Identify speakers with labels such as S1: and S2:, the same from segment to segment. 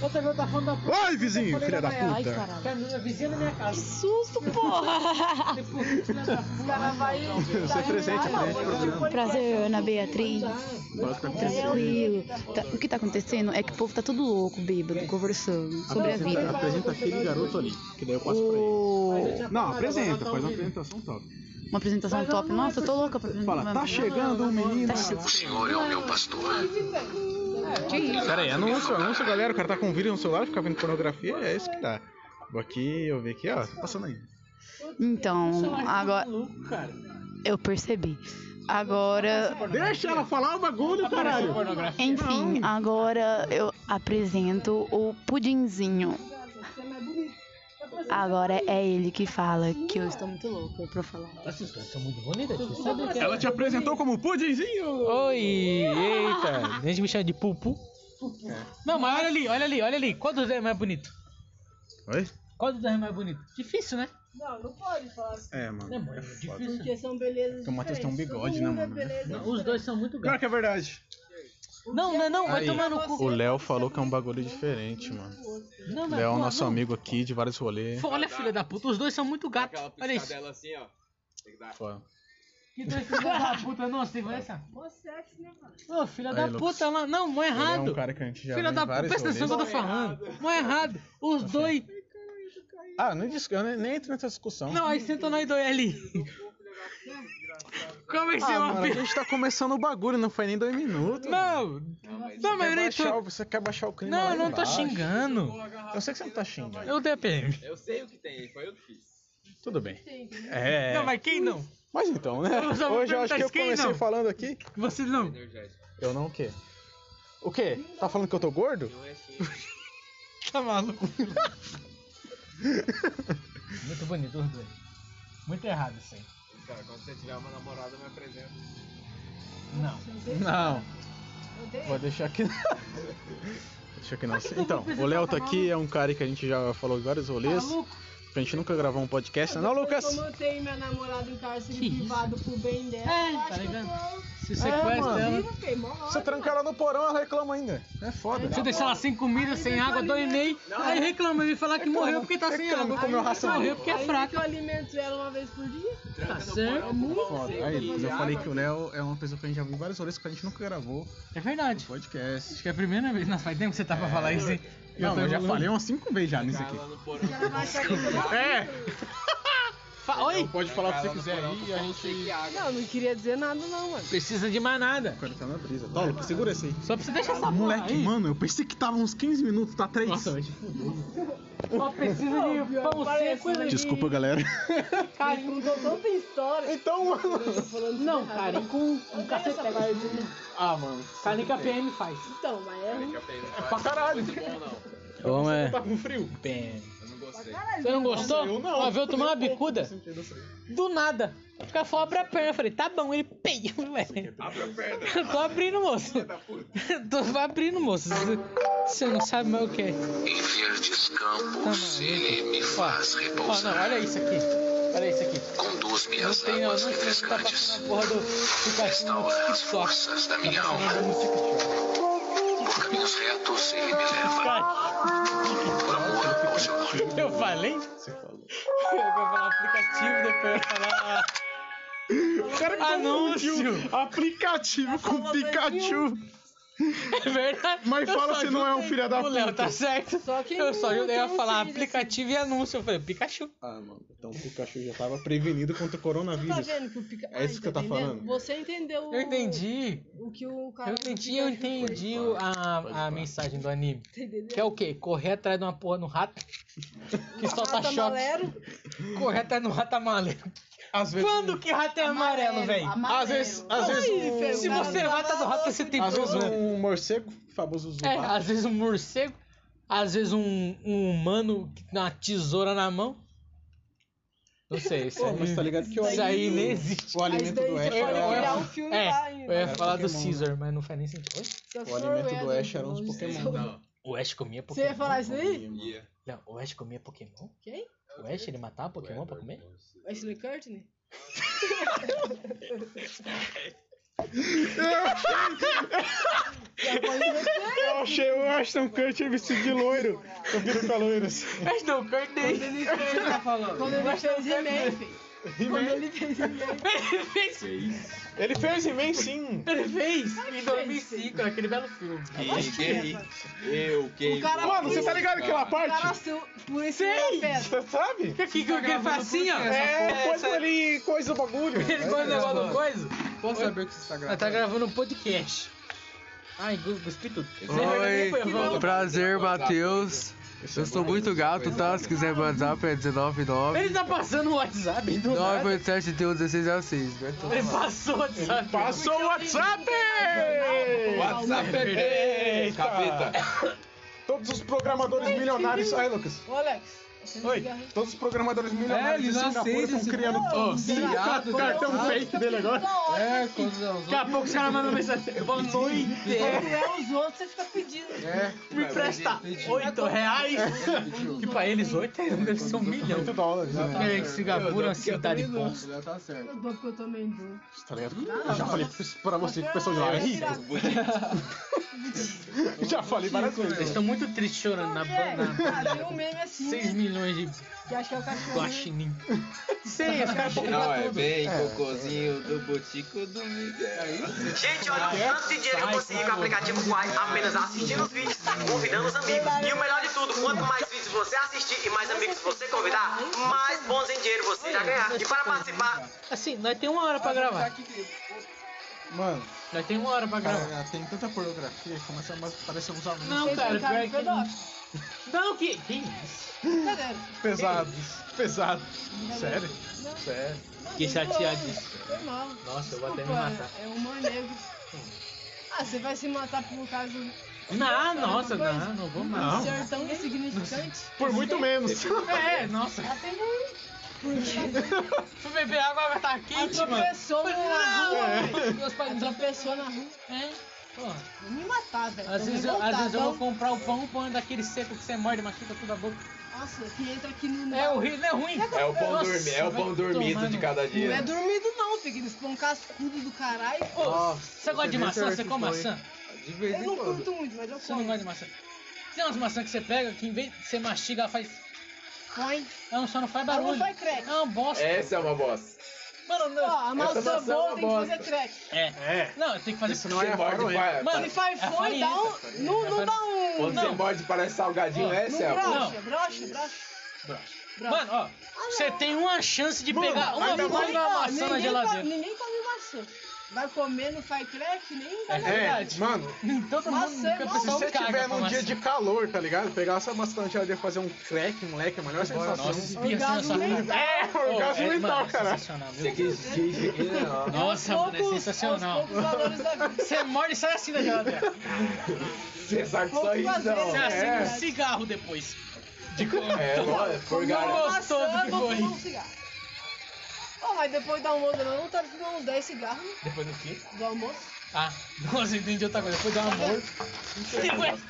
S1: Outra vez eu tava falando da puta.
S2: Ai, vizinho,
S1: Eu falei
S2: filha da
S1: Rafaela,
S2: puta.
S3: Ai, caralho.
S1: Que a menina vizinha da minha
S3: Que
S1: casa.
S3: susto, porra!
S1: Tipo, filha da puta.
S4: O cara vai. é
S2: Sem presente, né?
S3: Prazer, Ana Beatriz. Tranquilo. Tá- o que tá acontecendo é que o povo tá tudo louco, bêbado, conversando sobre a
S5: Apresenta,
S3: vida.
S5: apresenta aquele tá garoto ali, que daí eu passo pra ele.
S3: O-
S2: Não, apresenta, faz uma apresentação top.
S3: Uma apresentação top. Nossa, eu tô louca pra
S2: Fala, tá chegando um menino.
S6: O Senhor é o meu pastor.
S3: Que isso?
S2: Pera aí, anúncio, anúncio, galera. O cara tá com um vídeo no celular, fica vendo pornografia, é isso que dá. Vou aqui, eu vi aqui, ó, tá passando aí.
S3: Então, agora
S1: Maluco, cara.
S3: eu percebi. Agora,
S2: Deixa ela falar o bagulho, caralho.
S3: enfim, agora eu apresento o pudinzinho. Agora é ele que fala que eu estou muito louca pra falar.
S1: Essas coisas são muito bonitas. Você sabe o que é?
S2: Ela te apresentou como pudinzinho.
S4: Oi, eita. A gente me chama de Pupu. É. Não, mas olha ali, olha ali, olha ali. Qual dos dois é mais bonito?
S2: Oi?
S4: Qual dos dois é mais bonito? Difícil, né?
S7: Não, não pode falar assim,
S2: É, mano.
S4: É, mano, difícil.
S7: porque são belezas.
S2: Porque o Matheus tem um
S7: diferentes.
S2: bigode,
S7: Todo mundo
S2: né,
S7: é
S2: mano?
S7: beleza
S4: Não, os dois são muito
S2: Pior
S4: gatos.
S2: que é verdade.
S4: Não, não, não, vai
S2: Aí.
S4: tomar no cu.
S2: O Léo falou que é um bagulho diferente, mano.
S4: Não, não,
S2: Léo,
S4: não,
S2: é nosso
S4: não.
S2: amigo aqui de vários rolês.
S4: Fo- Olha, filha da puta, os dois são muito gatos.
S8: Aquela
S4: Olha isso.
S8: piscadela assim, ó. Tem que dar.
S2: Foda.
S4: Que dois filha da puta, não, você vai essa. Ô, filha
S2: Aí,
S4: da
S2: Lucas.
S4: puta, lá. Não, mão
S2: Ele é
S4: errado.
S2: um cara que a gente já viu
S4: Filha
S2: em
S4: da puta,
S2: vários
S4: presta atenção no que eu
S2: rolês.
S4: tô falando. Não é errado.
S2: Tá
S4: Os dois.
S2: Ah, não dis- eu nem, nem entro nessa discussão.
S4: Não, aí senta nós dois ali. é Comecei
S2: Ah,
S4: uma
S2: mano, a
S4: vez.
S2: gente tá começando o bagulho, não foi nem dois minutos. mano.
S4: Não,
S8: Não, mas
S4: não, mas
S2: Quer
S4: eu nem
S2: baixar, o-
S4: tô.
S2: Você quer baixar o clima?
S4: Não,
S2: lá
S4: eu não tô
S2: embaixo?
S4: xingando.
S2: Eu sei que você não tá xingando.
S4: Eu dei a PM.
S8: eu sei o que tem, foi eu que fiz.
S2: Tudo bem. É.
S4: Não, mas quem não?
S2: Mas então, né?
S4: Eu só vou
S2: Hoje eu acho
S4: perguntar
S2: que eu
S4: isso, quem
S2: comecei
S4: não?
S2: falando aqui.
S4: Você não.
S8: Energético.
S2: Eu não o quê? O quê? Tá falando que eu tô gordo?
S8: Não é cheio.
S4: Tá maluco? Muito bonito os dois. Muito errado isso aí.
S8: Cara, quando você tiver uma namorada, me apresenta.
S4: Não.
S2: Não. Vou deixar aqui. Deixa que não.
S4: Mas que
S2: Então,
S4: duplo
S2: o Léo tá
S4: tá
S2: aqui, é um cara que a gente já falou em vários rolês.
S4: é Maluco.
S2: A gente nunca gravou um podcast, né? não, Lucas?
S7: Eu mantenho minha namorada em cárcere
S4: Que isso?
S7: tá privado pro bem dela.
S4: É,
S7: eu
S4: tá
S7: acho
S4: ligado?
S7: que
S4: Se
S2: É,
S4: sequestra
S2: mano.
S4: ela.
S7: eu tô viva, filho, mó
S2: Você
S7: hora,
S2: tranca ela no porão, ela reclama ainda. É foda.
S4: Se eu deixar ela sem comida, sem água, dói Ney, aí reclama e falar que morreu porque tá sem
S2: Reclama,
S4: água.
S2: comeu ração.
S4: Morreu porque é
S7: Ainda que eu
S4: fraca.
S7: alimento ela uma vez por dia.
S4: Tá certo.
S2: Foda. Aí, mas eu falei que o Léo é uma pessoa que a gente já viu em vários rolês que a gente nunca gravou
S4: É verdade.
S2: podcast.
S4: Acho que é a primeira vez. Nossa, faz tempo que você tá pra falar isso. hein?
S2: É, Não,
S4: tô
S2: eu já
S4: enrolando.
S2: falei umas cinco vezes já nisso aqui.
S8: Ela no porão.
S7: Ela vai achar que eu tô maluca.
S4: É. Fa- Oi.
S2: Então, Pode falar o que você quiser aí e a gente.
S7: Ah, Não, não queria dizer nada não, mano.
S4: Precisa de mais nada.
S2: O cara tá na brisa. Tá, Lucas, segura esse aí.
S4: Só pra você deixar essa porra
S2: Moleque,
S4: aí.
S2: mano, eu pensei que tava uns 15 minutos, tá 3.
S4: Nossa, mas Só precisa de pão seco e
S2: Desculpa, galera.
S7: Cara, então ele contou tanta história.
S2: Então, mano.
S4: Não, cara, e com um cacete
S2: Ah, mano.
S4: Carinho que a PM faz.
S7: Então, mas é ruim.
S2: Pra caralho.
S8: Muito bom, não.
S4: Ô, é.
S2: Tá com frio?
S8: Eu não gostei.
S4: Você não gostou?
S2: Eu não.
S4: Uma vez eu tomei uma bicuda.
S2: Eu sei.
S4: Do nada. O cara falou, abre a perna. Eu falei, tá bom. Ele, pei. Abre a perna. Eu tô abrindo, moço. Eu tô abrindo, moço. Você não sabe mais o que é.
S6: Em verdes campos
S4: Tá maluco.
S6: ele me faz
S4: Ó, não,
S6: repousar.
S4: olha isso aqui. Olha isso aqui.
S6: Conduz-me
S4: Não
S6: às
S4: tem, não, não
S6: águas
S4: sei se tá
S6: refrescantes.
S4: passando a porra do aplicativo
S6: Restaura
S4: do
S6: as
S4: TikTok.
S6: forças da
S4: Tá
S6: minha alma.
S4: passando no TikTok.
S6: Por caminhos retos ele me leva. Por amor ao seu nome.
S4: Eu falei? Você falou. Eu vou falar aplicativo, depois eu vou falar.
S2: O cara tá
S4: Anúncio.
S2: confundiu aplicativo com Pikachu.
S4: É verdade.
S2: Mas
S4: Eu
S2: fala
S4: só
S2: se não é um
S4: juntei.
S2: filho da
S4: O Léo
S2: puta.
S4: tá certo.
S7: Só que
S4: eu só
S7: não
S4: ajudei a
S7: tem
S4: falar
S7: sentido,
S4: aplicativo e anúncio. Eu falei, Pikachu.
S2: Ah, mano. Então o Pikachu já tava prevenido contra o
S7: Você tá
S2: coronavírus.
S7: vendo que o pica...
S2: É isso que eu tô
S7: tá entendendo?
S2: falando.
S7: Você entendeu o-
S4: Eu entendi.
S7: o que o cara...
S4: Eu entendi, eu entendi o- a, a mensagem do anime.
S7: Entendeu?
S4: Que é o quê? Correr atrás de uma porra no rato. Que solta
S7: Mata
S4: Tá choque.
S7: malero.
S4: Correr atrás de um rato amarelo.
S2: Às vezes. um-
S4: Quando que rato é amarelo, velho?
S2: Às vezes. Às vezes. um-
S4: Se você mata do rato, você tem
S2: Às vezes
S4: problema.
S2: um morcego, famoso
S4: É,
S2: Zubat.
S4: às vezes um morcego, às vezes um, um humano que tem uma tesoura na mão. Não sei, isso é
S2: Pô,
S4: aí,
S2: mas tá ligado que o
S4: isso aí
S2: alimento-
S4: nem existe.
S2: O
S7: Mas
S2: alimento
S7: daí
S2: do
S7: você
S2: Ash é
S7: pode criar um
S2: era...
S7: filme lá
S4: É, eu
S7: ainda.
S4: ia falar do
S2: Pokémon.
S4: Caesar, mas não faz nem sentido. Oi?
S7: Se eu
S2: O
S7: for
S2: alimento do
S7: Wesley,
S2: Ash eram os
S7: vamos dizer.
S2: Pokémon.
S8: Não,
S4: O Ash comia
S7: Você ia
S4: Pokémon.
S7: falar isso aí?
S8: ia.
S4: Não, o Ash comia
S1: É
S4: Pokémon?
S7: Quem?
S4: O Ash, ele matava Pokémon pra comer?
S7: Wesley Courtney?
S2: Eu achei o Ashton Kutcher vestido de loiro. Eu viro com a loira. assim.
S4: Mas não, cortei.
S7: Quando ele fez He-Man, filho. Quando ele fez He-Man.
S4: Ele fez,
S2: Ele fez He-Man sim.
S4: ele fez em 2005, aquele belo filme.
S8: Que guerri. Eu, que.
S7: O cara-
S2: Mano, você tá ligado aquela
S7: O
S2: parte?
S7: cara su- por isso ele é pedra.
S2: Você
S4: Que
S2: sabe?
S7: tá
S4: que, que, que ele faz assim, ó?
S2: É, coisa
S4: sabe?
S2: ali, coisa do bagulho. É
S4: Ele põe o negócio no coisa?
S1: Posso saber o que você está
S4: Ela
S1: gravando?
S4: tá gravando um podcast. Ai, gu- cuspi tudo.
S9: Oi, prazer,
S1: é
S9: Matheus.
S1: né?
S9: Eu sou muito gato, tá? Se quiser mandar, é 199
S4: Ele tá passando o WhatsAp do nada.
S9: 987 1606 né?
S4: Ele passou o WhatsApp.
S2: Passou o WhatsApp!
S8: WhatsApp
S2: Eita!
S8: Capeta.
S2: é Todos os programadores milionários. Ai, Lucas.
S7: Ô, Alex. você não
S2: Oi.
S7: liga-
S2: Todos os programadores milionários
S1: É,
S2: de
S1: eles não
S2: Singapura
S1: aceitam
S2: estão
S1: esse-
S2: criando
S1: Não,
S2: o
S4: um
S2: cartão fake dele agora.
S1: É, cuzão.
S4: Daqui a pouco os caras mandam mensagem. Boa noite.
S7: Quando é os outros, você fica pedindo.
S4: Me presta 8 reais. Que pra eles 8 deve ser um milhão.
S2: 8 dólares. né?
S4: Peraí, que Singapura é uma cidade boa.
S1: Tá certo.
S7: Eu dou porque eu também dou.
S2: Tá ligado? Eu já falei pra você que o pessoal já
S7: Vai
S2: é rico.
S7: virar-
S2: Já falei várias
S4: Eles
S2: vezes.
S4: estão muito tristes chorando na banda.
S7: Ah, tem um meme assim,
S4: 6
S7: né?
S4: milhões de
S7: que acho que é o cachorro.
S4: guaxinim. Sim, os caras
S8: Não, é bem cocôzinho do botico do Miguel.
S10: Gente, olha
S4: é
S10: o tanto de dinheiro que eu consegui com
S8: é
S10: o aplicativo Quai apenas assistindo os vídeos, convidando os amigos. E o melhor de tudo, quanto mais vídeos você assistir e mais amigos você convidar, mais bons em dinheiro você irá ganhar. E para participar,
S4: Assim, nós temos uma hora pra gravar.
S2: Mano,
S4: Nós temos uma hora pra gravar.
S2: cara, tem tanta pornografia que começa a parecer uns alunos
S4: Não, cara, pior é
S7: Cara,
S4: que.
S7: pedófilo.
S4: Não, que. Que isso?
S7: Cadê?
S2: pesados. Pesados. Sério? Sério.
S4: Fiquei chateado.
S7: Foi mal.
S4: Nossa, eu vou até me
S7: Desculpa,
S4: matar.
S7: É humor negro. Ah, você vai se matar por causa do
S4: Não, nossa, não, não vou mais.
S7: ser tão insignificante?
S2: Por muito menos.
S4: É, nossa.
S7: Até não. Porque
S4: Fui beber água, vai estar quente, mano.
S7: tropeçou na
S4: Não,
S7: rua,
S4: é.
S7: velho. Meus pais tropeçou na rua.
S4: Porra.
S7: Vou me matar, velho.
S4: Às
S7: Tô
S4: vezes, eu, às
S7: revoltado.
S4: vezes eu vou comprar o pão, o pão é daquele seco que você morde, machuca toda a boca.
S7: Nossa, que entra aqui no.
S4: É horrível, não é ruim.
S8: É o pão
S4: Nossa,
S8: dormido, é o
S4: vai
S8: pão dormido
S4: tomar
S8: de
S4: no-
S8: cada
S7: Não é
S8: dia.
S7: dormido, não, filho. Eles põem um cascudo do caralho.
S4: Você gosta de maçã? Você come maçã?
S9: De vez
S7: Eu
S9: em
S7: não
S9: quando.
S7: curto muito, mas eu
S4: Você não
S7: como.
S4: gosta de maçã? Tem umas maçãs que você pega que em vez de você mastiga, ela faz.
S7: Põe.
S4: Não, só não faz
S7: Ela não
S4: barulho.
S7: faz crack.
S4: É uma bosta.
S8: Essa é uma bosta.
S4: Mano,
S7: Ó,
S4: não.
S7: a maçã,
S8: maçã é
S7: boa
S8: uma
S7: tem que fazer
S8: bosta.
S7: crack.
S4: É. Não, tem que fazer. Isso
S8: Você morde, pa-
S4: Mano,
S7: Se faz
S4: é
S7: fone, dá
S4: farinha.
S7: um. Não, não dá um.
S8: Quando
S4: Não.
S8: você morde, parece salgadinho,
S4: Ó,
S8: essa é a
S7: Não
S8: bosta.
S7: brocha, brocha, brocha.
S4: Mano, ó. Você tem uma chance de pegar uma
S7: Ninguém-
S4: porra de uma
S7: ó,
S4: maçã na
S7: ninguém
S4: geladeira.
S7: come- Ninguém come maçã. Vai comer, não faz crack, nem vai
S4: É. verdade.
S2: Mano,
S4: Todo mundo
S7: Maçã é
S4: nunca
S7: mó-
S2: se
S4: pessoal
S2: você
S4: caga
S2: tiver
S4: pra
S2: num dia
S4: maçã.
S2: de calor, tá ligado? Pegar essa maçã já de fazer um crack, moleque, a melhor sensação.
S4: Nossa, espirra assim na
S7: Orgasmo
S4: sua
S7: mental.
S4: cara.
S2: É, orgasmo
S4: mano,
S2: mental, cara.
S4: sensacional,
S8: Você
S4: viu?
S8: quis dizer que não.
S4: Nossa, mano, é
S7: poucos-
S4: sensacional.
S7: aos poucos valores da vida.
S4: Você morde e sai assim da geladeira.
S8: Você sabe que só
S7: Poucos
S8: isso
S4: Você
S8: não.
S7: prazeres.
S4: acende um
S7: É.
S4: cigarro depois.
S8: É, lógico, por
S4: Não
S8: garoto.
S4: gostou do
S7: Maçã,
S4: que
S7: vou
S4: foi.
S7: fumar um cigarro. Ó, mas depois do almoço, eu não tá fumando uns 10 cigarros né,
S4: Depois do quê?
S7: do almoço.
S4: Ah, nossa, entendi outra coisa. um Depois dá uma morte. Depois-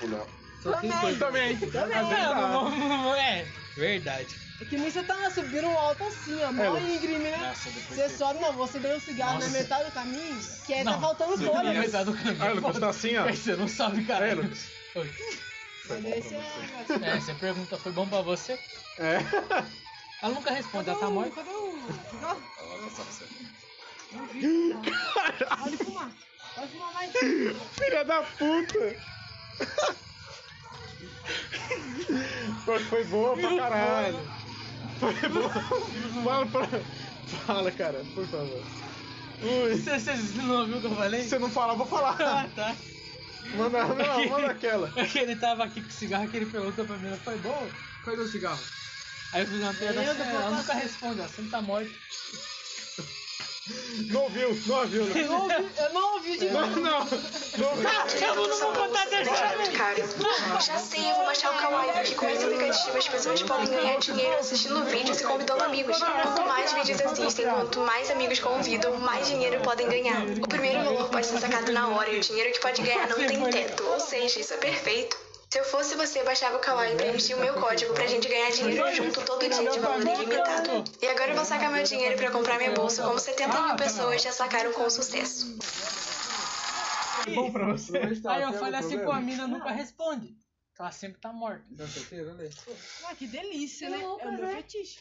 S2: Também.
S4: Não, não, não, É, verdade.
S7: É que nem você tá subindo um alto assim, ó, mó íngreme, né?
S4: É, Nossa, depois
S7: Você sobe, não, você ganha um cigarro na metade do caminho, que aí tá
S4: Não.
S7: faltando folha.
S4: Na metade do
S2: Aí,
S4: caminho.
S2: Lucas, tá assim, ó.
S4: Aí Você não sabe, cara.
S2: É, Lucas.
S4: Oi.
S7: Mas esse é-
S4: É, você pergunta, foi bom pra você?
S2: É.
S4: Ela nunca responde, ela tá morta.
S7: Cadê o. Cadê o. Pode fumar. Pode fumar mais.
S2: Filha da puta. Foi, foi boa pra caralho. Foi boa. Fala, pra- fala, cara, por favor. Ui.
S4: Você, você não ouviu o que eu falei?
S2: Se eu não falar, eu vou falar.
S4: Ah, tá.
S2: Manda, não, manda aquela.
S4: É que ele tava aqui com o cigarro que ele perguntou pra mim, ela foi bom?
S1: Cadê o cigarro?
S4: Aí eu fiz uma piada,
S7: Lembra,
S4: assim, ela
S7: papai?
S4: nunca responde, ela sempre tá morta.
S2: Não ouviu, não ouviu. Lucas.
S7: Eu não ouvi- Eu não ouvi de
S2: Não, não. Não ouviu.
S4: Eu não então vou contar terceiro.
S10: Cara, já sei, eu vou baixar o Kawaii, porque com esse aplicativo as pessoas
S11: tipo,
S10: podem ganhar dinheiro assistindo vídeos e convidando amigos. Quanto mais vídeos assistem, quanto mais amigos convidam, mais dinheiro podem ganhar. O primeiro valor pode ser sacado na hora e o dinheiro que pode ganhar não tem teto, ou seja, isso é perfeito.
S11: Se eu fosse você, baixava o Kawaii pra emitir o meu código pra gente ganhar dinheiro junto todo dia de valor ilimitado. E agora eu vou sacar meu dinheiro pra comprar minha bolsa, como 70 mil pessoas já sacaram com sucesso.
S2: É bom pra você.
S4: Aí eu falei assim, pô, a mina nunca responde. Ela sempre tá morta.
S7: Ah, que delícia, né? É o meu fetiche.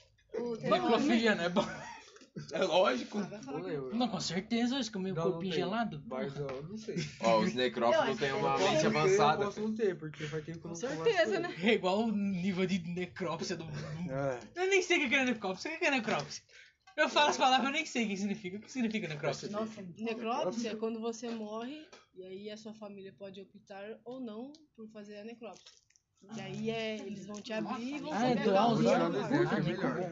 S4: Necrofilia, né? Bom,
S8: É lógico.
S4: Não, com certeza, acho que o meu
S1: Não, não
S4: corpo
S1: tem.
S4: gelado.
S1: Mas eu não sei.
S8: Ó, os necrófagos têm uma mente avançada.
S1: Eu posso não ter, porque vai ter que eu não
S7: Certeza, né?
S4: É igual o nível de necrópsia do. do- Eu nem sei o que é necrópsia. O que é necrópsia? Eu falo as palavras, eu nem sei o que significa. O que significa necrópsia?
S7: Nossa, necrópsia é quando você morre e aí a sua família pode optar ou não por fazer a necrópsia. E aí é, eles vão te abrir e vão
S4: Ah, é
S7: saber
S4: do
S7: qual
S4: Alzheimer.
S7: é o
S1: Ah,
S7: seu
S1: é
S7: corpo.
S1: melhor.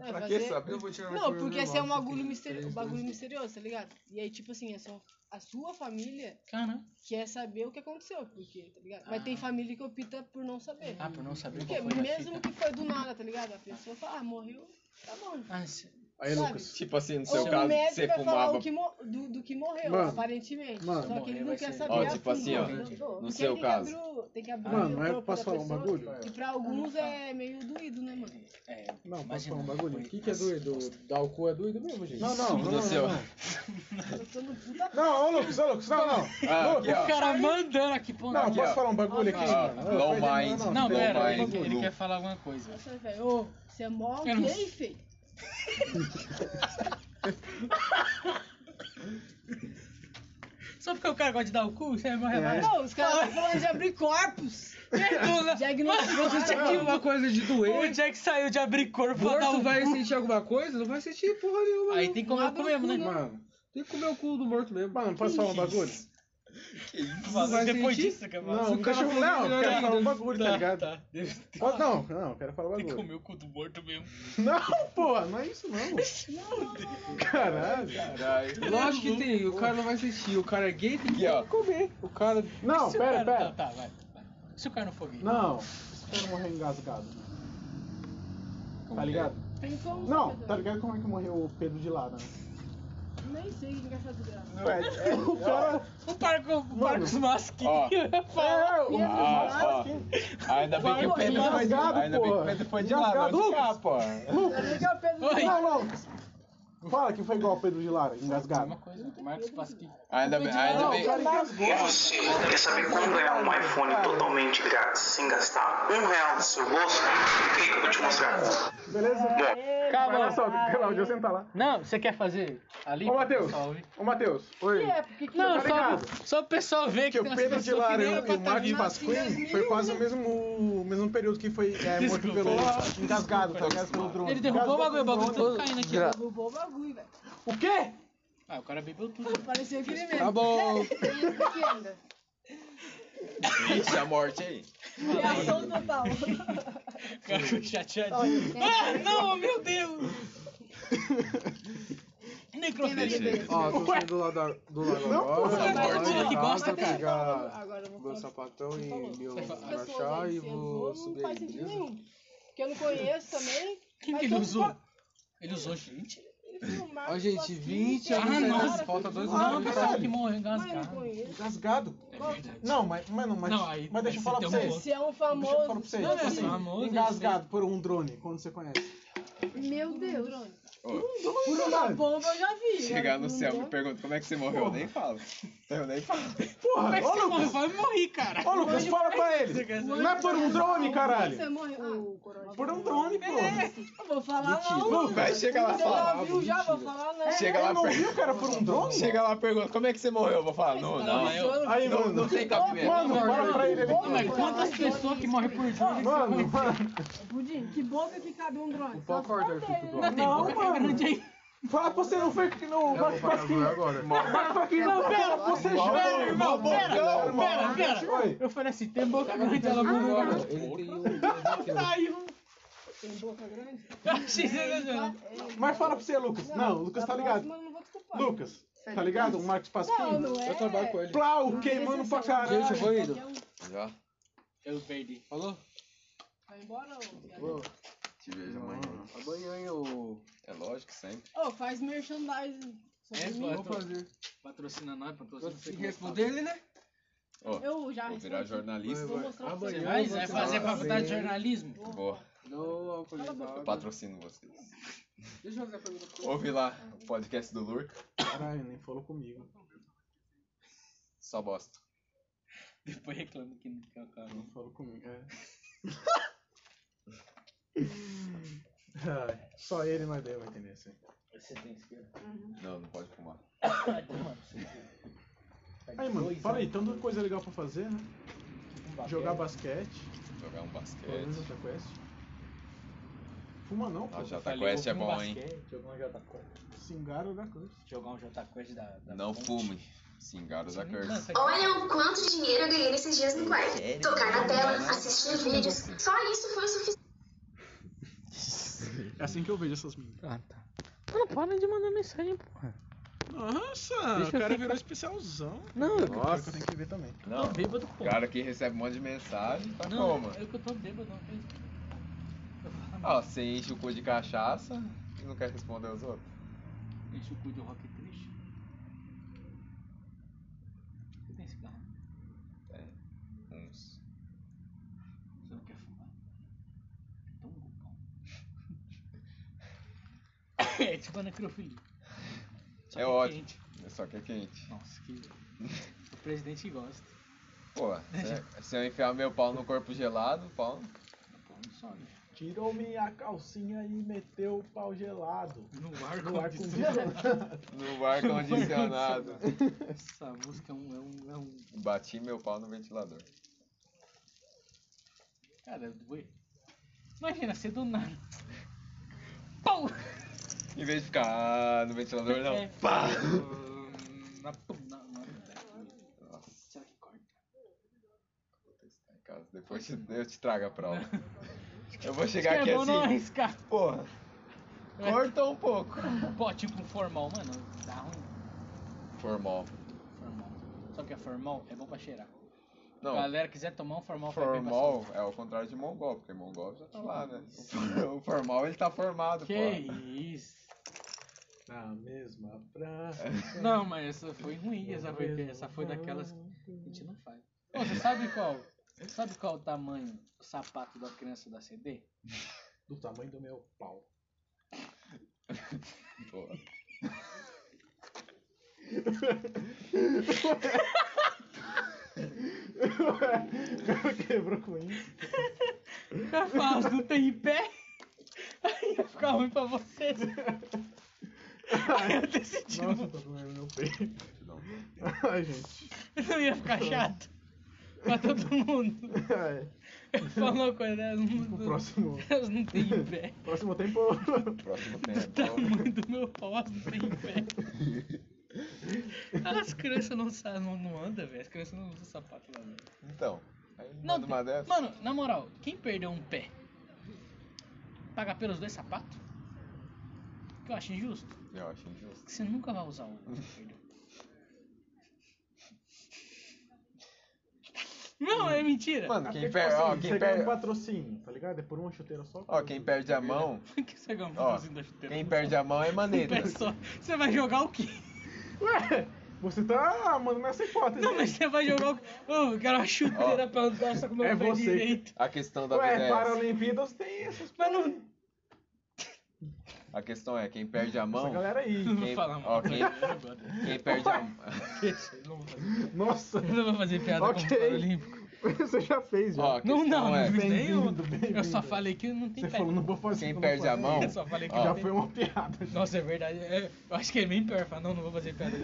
S7: É,
S8: Pra
S7: fazer-
S8: que sabe?
S1: Eu vou tirar na
S7: Não,
S1: cor
S7: porque
S1: normal,
S7: esse é um bagulho,
S1: porque
S7: misteri-
S1: três,
S7: bagulho
S1: dois.
S7: misterioso, tá ligado? E aí, tipo assim, é só a sua família
S4: Caramba.
S7: quer saber o que aconteceu, porque, tá ligado? Mas tem família que opta por não saber.
S4: Ah, por não saber
S7: Porque
S4: qual foi a
S7: mesmo
S4: fita.
S7: que foi do nada, tá ligado? A pessoa fala, ah, morreu, tá bom.
S4: Ah, se-
S2: Aí,
S7: Sabe?
S2: Lucas.
S8: Tipo assim, no
S7: Ou
S8: seu
S7: o
S8: caso,
S7: médico
S8: você
S7: vai falar
S8: fumava.
S7: o que mo- do, do que morreu,
S2: Mano,
S7: aparentemente.
S2: mano.
S7: Só que ele não
S4: Morrer
S7: quer
S4: vai ser-
S7: saber.
S8: Ó,
S7: a
S8: tipo
S7: fundo,
S8: assim, ó,
S7: entendeu?
S8: no
S7: Porque
S8: seu
S7: tem
S8: caso.
S7: Que abrir, o- tem que abrir
S2: Mano,
S7: o
S2: mas
S7: corpo
S2: posso
S7: da
S2: falar um
S7: pessoa,
S2: bagulho?
S7: Que pra alguns é meio doído, né, mano?
S2: Não, posso
S4: É, Imagina,
S2: falar um bagulho?
S4: foi-
S2: O que, que é doido? Dar o cu é doido mesmo, gente? Não, não, não.
S8: No seu.
S7: Eu tô no puta.
S2: Não, ô Lucas, ô Lucas, não, não.
S8: Ah,
S2: Lu-
S8: aqui, ó.
S4: O cara mandando aqui, pô.
S2: Não,
S8: ó.
S2: posso um falar um bagulho aqui,
S8: Ah,
S2: mano?
S8: não
S2: Eu falei,
S8: mais.
S4: Não,
S8: Não,
S4: pera,
S8: mas-
S4: ele, ele
S8: Lu.
S4: quer falar alguma coisa.
S7: Nossa, né, velho, ô, você é mó
S4: Eu não-
S7: gay, feio.
S4: Só porque o cara gosta de dar o cu, você é mais
S2: É.
S4: relevante.
S7: Não, os caras estão falando de abrir corpos.
S4: Perdoa. né?
S7: Diagnosticado.
S4: Mas você tinha uma-
S1: Alguma coisa de
S4: O
S1: doente.
S4: Jack é saiu de abrir corpo pra dar
S1: Morto
S4: o
S1: vai
S4: cu.
S1: sentir alguma coisa? Não vai sentir porra nenhuma.
S4: Aí
S1: não.
S4: tem que comer o cu mesmo, né?
S2: Mano,
S1: Tem que comer o cu do morto mesmo.
S2: mano, posso falar um bagulho?
S1: vai
S4: Depois
S1: sentir?
S4: disso, cara.
S2: Não,
S1: o
S2: deixa
S1: cara
S2: eu
S1: for
S2: não, eu
S1: melhor
S2: quero
S1: ainda.
S2: falar um bagulho, tá
S4: Tá,
S2: ligado?
S4: tá. Deve-
S2: Pode- Não, não, eu quero falar um
S4: Tem que
S2: bagulho.
S4: comer o cu do morto mesmo.
S2: Não, porra, não é isso não. Caralho.
S8: Caralho.
S1: Lógico que tem, o cara não vai sentir. O cara é gay, tem
S8: Aqui, ó.
S1: que comer. O cara.
S2: Não,
S4: Se o
S2: pera,
S4: cara-
S2: pera.
S4: Tá, tá, vai. vai. Se o cara não for gay.
S2: Não, espera eu morrer engasgado. né?
S4: é?
S2: Tá ligado?
S7: Tem como,
S2: Não,
S7: Pedro?
S2: tá ligado como é que morreu o Pedro de Lara? né?
S7: Nem sei o que vai fazer.
S2: É, o cara.
S4: O Marco, o Marcos
S8: Ó.
S4: Masquinho ia falar.
S2: É, o
S8: Ah, ó. Ainda bem que o Pedro foi de
S2: Engasgado,
S8: Ainda bem que o
S2: porra.
S8: Pedro foi de lá, não assim. de cá, pô.
S4: Oi.
S2: Não, não. Fala que foi igual o Pedro de Lara,
S4: Uma
S2: engasgado.
S4: coisa, o Marcos Pasquim.
S8: Ainda bem, ainda
S2: Não, o
S8: bem.
S2: cara engasgou.
S6: E você, quer saber como ganhar um iPhone totalmente grátis sem gastar um real do seu bolso? Clica que eu vou te mostrar.
S2: Beleza? Calma, olha só, calma, onde eu sentar tá lá.
S4: Não, você quer fazer ali?
S2: Ô, Matheus. Ô, Matheus. Oi.
S7: É, porque que
S4: Não,
S2: Tá
S4: só,
S2: ligado?
S4: só o pessoal ver
S2: Que
S4: que,
S2: o
S4: tem umas
S2: Pedro de
S4: pessoas que
S2: Lara
S4: nem
S2: e
S4: era pra
S2: o
S4: tá
S2: Marcos
S4: vivo.
S2: Pasquim foi quase o mesmo, o mesmo período que foi é, Morto
S4: Desculpa.
S2: pelo engasgado, tá ligado? Pelo drone.
S4: Ele derrubou o bagulho, o bagulho todo caindo aqui.
S7: roubou o bagulho, velho.
S2: O quê?
S4: Ah, o cara bebeu tudo.
S7: Parecia aquele mesmo.
S1: Tá bom.
S7: Tem isso aqui ainda.
S8: Ixi, a morte aí.
S7: Reação total. é
S4: O cara ficou chateado. Ah, não, meu Deus!
S8: Deixa
S4: Necrofilia.
S8: ele.
S1: Ó, tô saindo do lado, da- do lado
S2: Não,
S1: agora.
S2: porra.
S1: Vou
S4: Mas
S1: lá,
S4: todo mundo que
S1: tá,
S4: gosta,
S1: vou
S4: cara.
S1: pegar
S7: Agora eu vou
S1: meu
S7: falar.
S1: sapatão
S7: Você falou.
S1: e meu
S7: Essas pessoas
S1: crachá
S7: aí
S1: e
S7: que entrou,
S1: vou
S7: Não
S1: subir aí,
S7: faz sentido
S1: beleza?
S7: nenhum. Que eu não conheço também.
S4: Quem
S7: mas
S4: que ele
S7: todo
S4: usou?
S7: mundo
S4: Ele usou gente?
S7: filmado,
S1: Ó, gente,
S7: assim,
S1: 20
S7: tem
S4: Ah,
S1: anos
S4: não.
S1: ainda,
S7: cara,
S1: falta dois
S2: Ah,
S4: Não, o
S1: anos.
S2: verdade.
S4: pessoal que morreu
S7: Mas eu não
S4: engasgado.
S7: conheço.
S2: Engasgado?
S4: É verdade.
S2: Não, mas, mano, mas,
S4: Não, aí
S2: mas deixa eu
S4: você
S2: falar
S4: tem
S2: pra
S4: um
S2: vocês.
S4: outro.
S7: Você é um
S2: Deixa eu falar pra
S7: famoso.
S2: vocês.
S4: Não,
S2: Tipo
S4: é
S2: assim,
S4: famoso,
S2: engasgado por um drone, quando você conhece.
S7: Meu Deus.
S2: Por um drone.
S7: Bomba eu já vi. né?
S8: Chegar no céu,
S7: Não
S8: me pergunta como é que você morreu. Eu nem falo. Eu nem falo.
S4: Como
S2: Porra,
S4: é que você
S2: ô
S4: morreu?
S2: Lucas,
S4: Vai morrer, cara.
S2: ô Lucas, fala pra
S4: Você
S2: ele.
S4: quer saber?
S2: Não é por um drone,
S7: Você
S2: caralho.
S7: morreu. Ah,
S2: Por um drone, porra.
S7: eu vou falar né? não.
S2: Não,
S7: mano.
S8: vai, chega lá,
S7: Você já
S8: fala.
S7: viu já, vou falar não.
S8: Chega lá,
S2: Eu não
S8: per-
S2: viu, cara, por um drone?
S8: Chega lá, pergunta como é que você morreu. Eu vou falar, não, não. eu-
S2: Aí,
S8: Não,
S2: mano. tá,
S8: não tem cabimento.
S2: Mano, fala pra ele. ele-
S7: Ô,
S4: Mas quantas pessoas que morrem por drone?
S2: Mano, mano.
S7: Pudim, que bomba que cabe um drone.
S1: O pau corta aqui
S4: Não
S1: pro
S7: né?
S1: drone.
S4: tem
S2: Não,
S4: boca que é
S2: mano.
S4: grande aí.
S2: Fala pra você, não foi que não.
S1: Eu vou
S2: Marcos
S1: pagar
S2: Pasquim.
S1: o agora.
S2: Marcos Pasquim, não, pera, você
S8: Mal-
S2: joga.
S4: Pera, irmão,
S8: Mal-
S4: pera,
S8: Mal-
S4: pera, pera, pera.
S2: Oi.
S4: Eu falei assim, tem boca grande, ela
S1: Ah,
S4: morreu.
S1: Ele tem um. dois, três.
S4: Saiu.
S7: Tem boca grande?
S4: Eu achei sensacional.
S2: Mas fala pra você, Lucas. Não, o Lucas tá ligado.
S7: Não, não vou te culpar.
S2: Lucas, tá ligado? O Marcos
S7: Não,
S2: Pasquim.
S7: não é.
S1: Eu trabalho com ele.
S2: Plau, queimando pra caralho.
S1: Gente, eu vou indo.
S8: Já.
S4: Eu perdi.
S1: Falou?
S7: um. Vai embora, ô. viado.
S8: Te vejo amanhã.
S1: Amanhã eu.
S8: É lógico, sempre.
S7: Ô, faz merchandising.
S4: É,
S1: Vou
S4: pô,
S1: fazer.
S4: patrocina nós, patrocina
S1: Tem
S4: você. é
S1: que responder ele, né?
S8: Ó,
S7: Eu já
S8: vou virar
S7: respondi.
S8: jornalista.
S7: Vou mostrar pra
S1: Amanhã
S7: você.
S4: Mas vai
S1: você
S4: fazer
S1: vai
S4: faculdade de
S1: fazer.
S4: jornalismo?
S8: Boa,
S1: Não, alcoolizado.
S8: eu patrocino vocês.
S1: Deixa eu fazer a pergunta pra você.
S8: Ouve lá o podcast do Lurk,
S2: Caralho, nem falou comigo.
S8: só bosta.
S4: Depois reclama que não quer o cara.
S2: Não falou comigo, é. Ai, só ele e nós dois vai entender isso aí.
S4: Você tem esquerda.
S8: Não, não pode fumar.
S2: Aí, mano, fala
S7: né?
S2: aí, tanta coisa legal pra fazer, né?
S4: um
S2: Jogar basquete,
S8: Jogar um
S2: pelo menos
S8: basquete.
S2: essa quest. Fuma não, pô.
S8: Ah, JQuest é bom, hein?
S4: Jogar um JQuest.
S2: Singaro da coisa.
S4: Jogar um JQuest da. da
S8: Não
S4: fonte.
S8: fume. Singaro da Curse.
S10: Olha o quanto de dinheiro eu ganhei nesses dias no quarto. Tocar na tela, assistir vídeos. Só isso foi o suficiente.
S2: É assim que eu vejo essas meninas.
S4: Ah, tá. Mano, para de mandar mensagem, porra. Deixa
S2: Nossa,
S4: eu
S2: o cara
S4: ficar-
S2: virou especialzão.
S4: Não, eu
S2: Pior que
S8: Nossa,
S2: eu tenho que ver também.
S8: não.
S4: tô bêbado, pô.
S8: O cara que recebe um monte de mensagem, tá
S4: não,
S8: como?
S4: é que eu tô bêbado, não acredito.
S8: Ó, você enche o cu de cachaça e não quer responder os outros.
S4: Enche o cu de rock triste. Você tem cigarro?
S8: Uns.
S4: Você não quer fumar? Então, bom. é tipo a necrofilia. Só
S8: É
S4: que
S8: ótimo.
S4: quente.
S8: Só que é quente.
S4: Nossa, que. o presidente gosta.
S8: Pô, se, se eu enfiar meu pau no corpo gelado, o pau.
S4: Pô, não né? some.
S2: Tirou minha calcinha e meteu o pau gelado.
S4: No ar
S2: No ar
S4: condicionado.
S8: No ar condicionado.
S4: Essa música é um, é um. é um-
S8: Bati meu pau no ventilador.
S4: Cara, doeu. Imagina, ser do nada. Pau!
S8: Em vez de ficar ah, no ventilador, não.
S4: É.
S8: Pá!
S4: Na na- na- Será que corta?
S8: Vou testar em casa. Depois eu te- eu te trago a prova. Eu vou
S4: Acho que
S8: chegar aqui
S4: é bom não
S8: assim.
S4: arriscar.
S8: Porra,
S4: É.
S8: corta um pouco.
S4: Pô, tipo um formal, mano. Dá um
S8: Formal.
S4: formal. Só que é formal, é bom pra cheirar.
S8: Não,
S4: Galera, quiser tomar um formal, faz bem pra
S8: formal é o contrário de mongol, porque mongol já tá lá, né? O for- O formal ele tá formado,
S4: saúde. Que isso.
S2: Na mesma praça.
S4: Não, mas essa foi ruim. Essa
S2: na
S4: foi,
S2: mesma
S4: essa foi daquelas que
S2: praça.
S4: a gente não faz. Ô, você sabe qual? você Sabe qual é o tamanho do sapato da criança da CD?
S2: Do tamanho do meu pau.
S8: pô. Porra.
S2: Quebrou com isso.
S4: Eu falo, não tem pé? Aí ia ficar ruim pra você. Aí eu decidi.
S2: Nossa, tá doendo meu peito. Ai, gente.
S4: Não ia ficar chato. Pra todo mundo.
S2: Ai,
S4: Eu falo uma coisa, elas
S2: o
S4: não,
S2: próximo.
S4: elas não têm pé.
S2: Próximo tempo.
S8: Próximo
S4: O
S8: tempo.
S4: tamanho do meu pau, elas não têm pé. As crianças não, sa- não, não andam, velho. As crianças não usam sapato lá, velho.
S8: Então, aí
S4: Não,
S8: manda uma
S4: tem-
S8: dessa.
S4: mano, na moral, quem perdeu um pé, paga pelos dois sapatos? Que eu acho injusto.
S8: Eu acho injusto.
S4: Que você nunca vai usar um. que perdeu. Não, é mentira.
S8: Mano,
S2: É
S8: quem
S2: tipo
S8: perde. Ó,
S2: assim,
S8: quem
S2: você ganha um
S8: perde.
S2: patrocínio, tá ligado? É por uma chuteira só.
S8: Ó, quem perde a mão.
S4: que você ganha um
S8: Ó,
S4: patrocínio da chuteira?
S8: quem perde a mão é
S4: Um
S8: maneiro.
S4: pé só. Você vai jogar o quê?
S2: Ué, você tá mandando essa hipótese.
S4: Não, mas você vai jogar o quê? Ô, eu quero uma chuteira pra andar só com o meu
S2: É
S4: pé
S2: você.
S4: direito.
S8: A questão da vida
S2: Ué,
S8: é
S2: para
S8: essa.
S2: Olimpíadas tem essas
S4: Mas não.
S8: A questão é, quem perde a
S2: essa
S8: mão.
S2: galera aí.
S4: Não vou
S8: Quem-
S4: falar, mano.
S8: ok.
S4: Eu não gosto dele.
S8: Quem perde a mão.
S4: Deixa, eu não vou fazer.
S2: Nossa,
S4: Eu não vou fazer piada
S2: Ok.
S4: com o Paralímpico.
S2: você já fez, já.
S8: Ó, a
S4: Não,
S8: questão
S4: não,
S8: é,
S4: não fiz nenhum.
S2: Bem-vindo, bem-vindo.
S4: Eu só falei que não tem
S2: Você
S4: pé.
S2: falou, Ah. não vou fazer.
S8: quem
S2: não vou
S8: perde a
S2: fazer.
S8: mão.
S4: Eu só falei que
S8: Ó.
S2: Já
S4: não tem
S2: foi uma piada. já.
S4: Nossa, é verdade. É, eu acho que é bem pior falar, não, não vou fazer piada.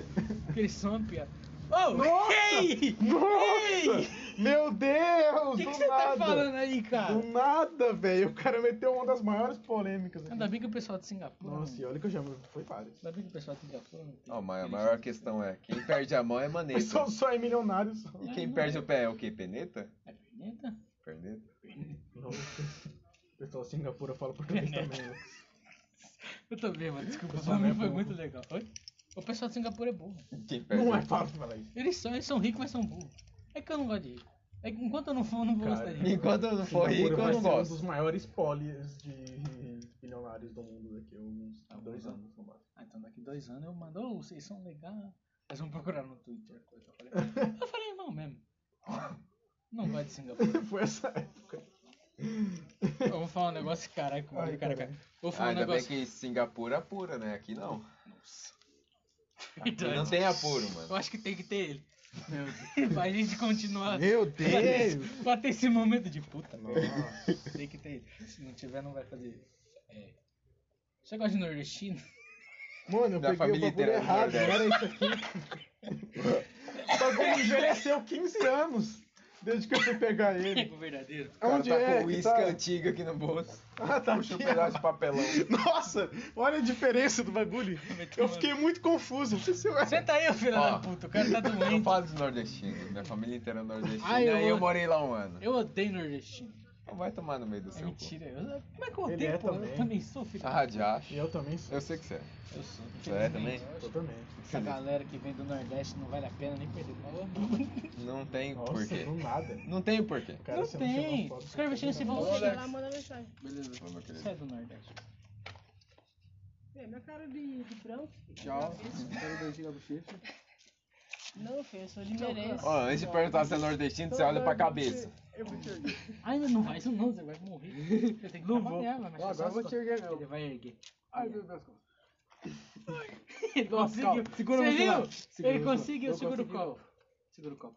S4: Porque eles são uma piada. Oh,
S2: Nossa!
S4: ei! Ei!
S2: Nossa! Meu Deus!
S4: O que,
S2: do
S4: que você tá
S2: nada.
S4: falando aí, cara?
S2: Do nada, velho. O cara meteu uma das maiores polêmicas. aqui.
S4: Ainda bem que o pessoal de Singapura.
S2: Nossa, e
S4: não...
S2: olha que eu já foi vários.
S4: Ainda bem que o pessoal de Singapura. Não tem
S8: Ó, mas a
S4: inteligência.
S8: maior questão é, quem perde a mão é
S2: Mas
S8: maneiro.
S2: só, só é milionário. Só.
S8: E quem perde o pé é o quê? Peneta?
S4: É perneta?
S8: Perneta?
S2: Não, o pessoal de Singapura fala português
S8: É.
S2: também. né?
S4: Eu tô bem, mano. Desculpa, o
S2: pessoal não é
S4: bagulho foi
S2: burro.
S4: muito legal. Oi? O pessoal de Singapura é burro.
S8: Quem perde
S2: Não
S8: a
S2: é fácil falar isso.
S4: Eles são, eles são ricos, mas são burros. É que eu não gosto de rico. É que enquanto eu não for, eu não vou
S2: Cara,
S4: gostar de rico.
S8: Enquanto eu não for
S2: Singapura
S8: rico, eu
S2: vai
S8: não
S2: ser
S8: gosto.
S2: um dos maiores polies de bilionários do mundo daqui a uns
S4: Tá bom,
S2: dois
S4: né?
S2: anos, no máximo.
S4: Ah, então daqui dois um anos eu mando, ô, vocês são legais. Eles vão procurar no Twitter. coisa. Eu falei, eu falei, não mesmo. Não vai de Singapura.
S5: Foi essa época.
S4: Eu vou falar um negócio, caraca, mano, caraca. Eu Vou
S8: Ah,
S4: falar um
S8: ainda bem
S4: negócio.
S8: que Singapura é pura, né? Aqui não. Aqui
S4: Verdade.
S8: não tem apuro, mano.
S4: Eu acho que tem que ter ele. Meu Deus. pra gente continuar.
S2: Meu
S4: pra ter esse-
S2: Deus.
S4: Pra ter esse momento de puta. Nossa. Tem que ter ele. Se não tiver, não vai fazer. É. Você gosta de nordestino?
S2: Mano, eu
S4: Da
S2: peguei o
S4: família
S2: bagulho
S4: inteira do
S2: errado, não era
S4: Nordeste.
S2: isso aqui. O bagulho envelheceu 15 anos desde que eu fui pegar ele.
S4: O verdadeiro.
S8: O cara
S2: Onde
S8: tá
S2: é
S8: com
S2: que
S8: uísque
S2: tá?
S8: antigo aqui no bolso.
S2: Ah, tá
S8: Puxa um
S2: aqui.
S8: pedaço de papelão.
S2: Nossa, olha a diferença do bagulho. Eu fiquei muito confuso. Senta
S4: aí, filho
S8: Ó,
S4: da puta, o cara tá doente.
S8: Não falo dos nordestinos, minha família inteira é nordestina.
S4: Ai,
S8: e aí
S4: eu-
S8: eu morei lá um ano.
S4: Eu odeio nordestino.
S8: Vai tomar no meio do
S4: É
S8: seu cu.
S4: mentira. Eu, como é que eu
S8: Ele
S4: odeio,
S8: é
S4: pô? Eu
S8: também.
S4: também sou, filho.
S8: Ah, de acho.
S5: Eu também sou.
S8: Eu sei que você é.
S4: Eu sou. um
S8: Você é também?
S4: Eu também. Essa galera que vem do Nordeste não vale a pena nem perder valor.
S8: Não tem
S4: Nossa,
S8: porquê.
S4: do
S5: nada.
S8: Não tem porquê.
S4: não tem. Os caras vestindo esse valor.
S7: Chega lá, manda mensagem.
S1: Beleza.
S4: Você é do Nordeste.
S7: É, minha cara de, de branco. filho.
S1: Tchau.
S7: Cabeça.
S1: Quero beijinho na bochecha.
S7: Não, filho, eu sou de merece.
S8: Ó, antes de perguntar se é nordestino, você olha pra cabeça.
S1: Eu vou te erguer.
S4: Ainda não vai, isso não, você vai morrer. Você tem que
S1: Não
S4: acabar
S1: vou.
S4: com ela, mas
S1: Ó,
S4: é só
S1: agora eu vou
S4: só-
S1: te erguer, meu.
S4: Ele vai erguer.
S1: Ai, meu Deus.
S4: Ele
S1: Calma,
S4: conseguiu.
S1: calma. Segura o
S4: Você
S1: celular.
S4: viu?
S1: Segura o
S4: Ele
S1: celular.
S4: conseguiu,
S1: Eu
S4: segura o
S1: consegui.
S4: colo. Segura o colo.